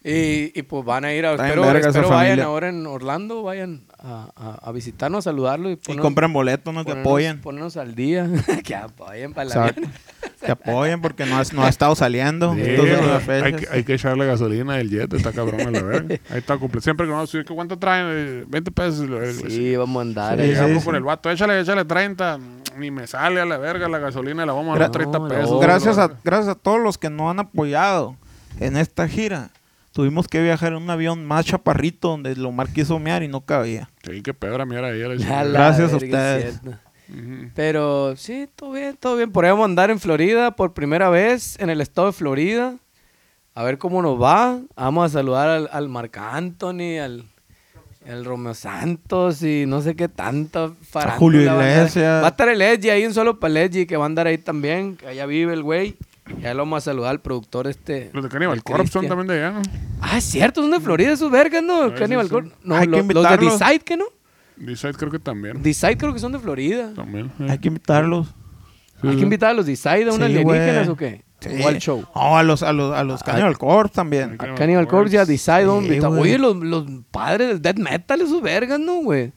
S3: Y, y, pues van a ir a.
S2: Está en
S3: Espero,
S2: verga esa
S3: espero vayan
S2: familia.
S3: ahora en Orlando, vayan a, a- a visitarnos, a saludarlo y,
S2: Y
S3: ponernos-
S2: compren boletos, ¿no? Que
S3: ponernos-
S2: apoyen.
S3: Ponernos al día. que apoyen para
S2: O
S3: la
S2: sea,
S3: vida.
S2: que apoyen porque no, has- no ha estado saliendo.
S1: Sí,
S2: Entonces,
S1: güey.
S2: las fechas.
S1: hay, que, hay que echarle gasolina del jet, está cabrón, a la verga. Ahí está completo. Siempre que vamos a subir, ¿qué ¿cuánto traen? Eh, 20 pesos. y la verga.
S3: Sí, vamos a andar.
S1: Y
S3: eh.
S1: llegamos
S2: sí.
S1: con el vato, échale, échale 30. Ni me sale a la verga la gasolina, la vamos a dar
S3: Gra-
S1: 30
S3: no,
S1: pesos.
S3: no.
S2: gracias, a,
S1: bro.
S2: gracias a todos los que nos han apoyado en esta gira. Tuvimos que viajar en un avión más chaparrito donde Lomar quiso mear y no cabía.
S1: Sí, qué pedra, mira ahí. a la
S3: A
S1: chingada.
S3: la
S2: Gracias a
S3: verga, es
S2: ustedes.
S3: cierto.
S1: Ujú.
S3: Pero sí, todo bien, todo bien. Por ahí vamos a andar en Florida por primera vez, en el estado de Florida. A ver cómo nos va. Vamos a saludar al, al Marc Anthony, al, al Romeo Santos y no sé qué tanto. farándula
S2: Julio
S3: va a andar.
S2: Iglesias.
S3: Va a estar el Edgy ahí en solo para Edgy, que va a andar ahí también. que allá vive el güey. Ya lo vamos a saludar al productor este.
S1: Los de Cannibal
S3: el
S1: Corpse son
S3: Cristian.
S1: también de allá, ¿no?
S3: Ah, es cierto, son de Florida esos vergas, ¿no?
S1: sí,
S3: Cannibal
S1: sí.
S3: Corpse. No,
S2: Hay que
S3: lo- los de
S2: invitarlos.
S3: Decide, ¿qué no?
S1: Decide creo que también.
S3: Decide creo que son de Florida.
S1: También. eh.
S2: Hay que invitarlos.
S3: ¿Hay que invitar a los Decide a un
S2: Mm. Sí,
S3: alienígenas
S2: güey.
S3: o qué?
S2: Sí.
S3: O al show. Ah,
S2: No, a los, a los, a los Cannibal Corpse también.
S1: Hay
S3: A
S1: Cannibal
S3: Cannibal Corpse y a
S1: Corpse.
S3: Decide a un
S2: Sí,
S3: Vita-
S2: güey.
S3: Oye, los, los padres del death metal, esos vergas, ¿no, güey?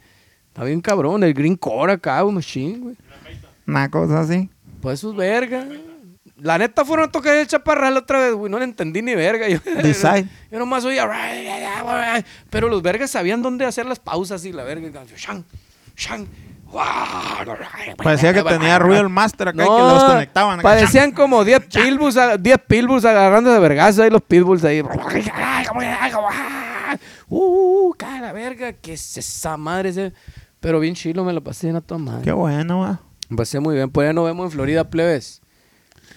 S3: Está bien cabrón, el Green Core acá, güey, machine, güey.
S2: Una cosa así.
S3: Pues esos vergas. La neta fueron a tocar el chaparral otra vez, güey. No le entendí ni verga. Yo,
S2: Decide.
S3: yo nomás oía. Pero los vergas sabían dónde hacer las pausas y la verga. Shang, shang.
S2: Parecía que tenía ruido el máster acá y que los conectaban. acá.
S3: Parecían como 10 pitbulls, a- 10 pitbulls agarrando de vergazo ahí los pitbulls ahí. Uh, cara verga, que es esa madre. ese- Pero bien chilo, me lo pasé en a toda madre.
S2: Qué bueno, va.
S3: Me pasé muy bien. Pues ya nos vemos en Florida, plebes.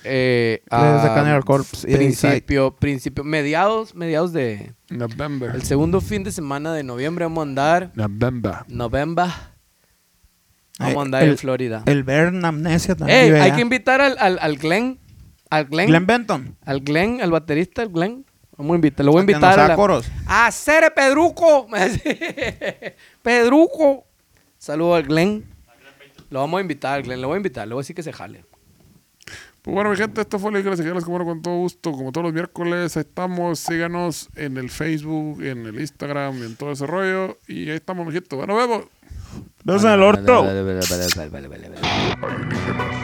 S3: Eh,
S2: Plebes de
S3: ah,
S2: Cannibal Corpse y de
S3: Principio, principio, mediados, mediados de...
S1: November.
S3: El segundo fin de semana de noviembre vamos a andar.
S1: November.
S3: November. Vamos a
S2: Eh,
S3: andar en Florida.
S2: El Bern Amnesia también.
S3: Ey,
S2: vive
S3: hay
S2: allá.
S3: que invitar al, al, al Glenn. Al Glenn.
S2: Glenn Benton.
S3: Al Glenn, al baterista, al Glenn. Vamos a invitar, lo voy a
S2: A que nos
S3: invitar.
S2: haga
S3: a, la-
S2: coros.
S3: a hacer el Pedruco. Pedruco. Saludo al Glenn. Lo vamos a invitar, al Glenn. Lo voy a invitar. Le voy a decir que se jale.
S1: Pues bueno, mi gente, esto fue la iglesia que les comieron con todo gusto. Como todos los miércoles, ahí estamos. Síganos en el Facebook, en el Instagram, y en todo ese rollo. Y ahí estamos, mijito. Bueno, nos vemos.
S2: Dos en el orto.
S3: Vale, vale, vale, vale, vale, vale, vale.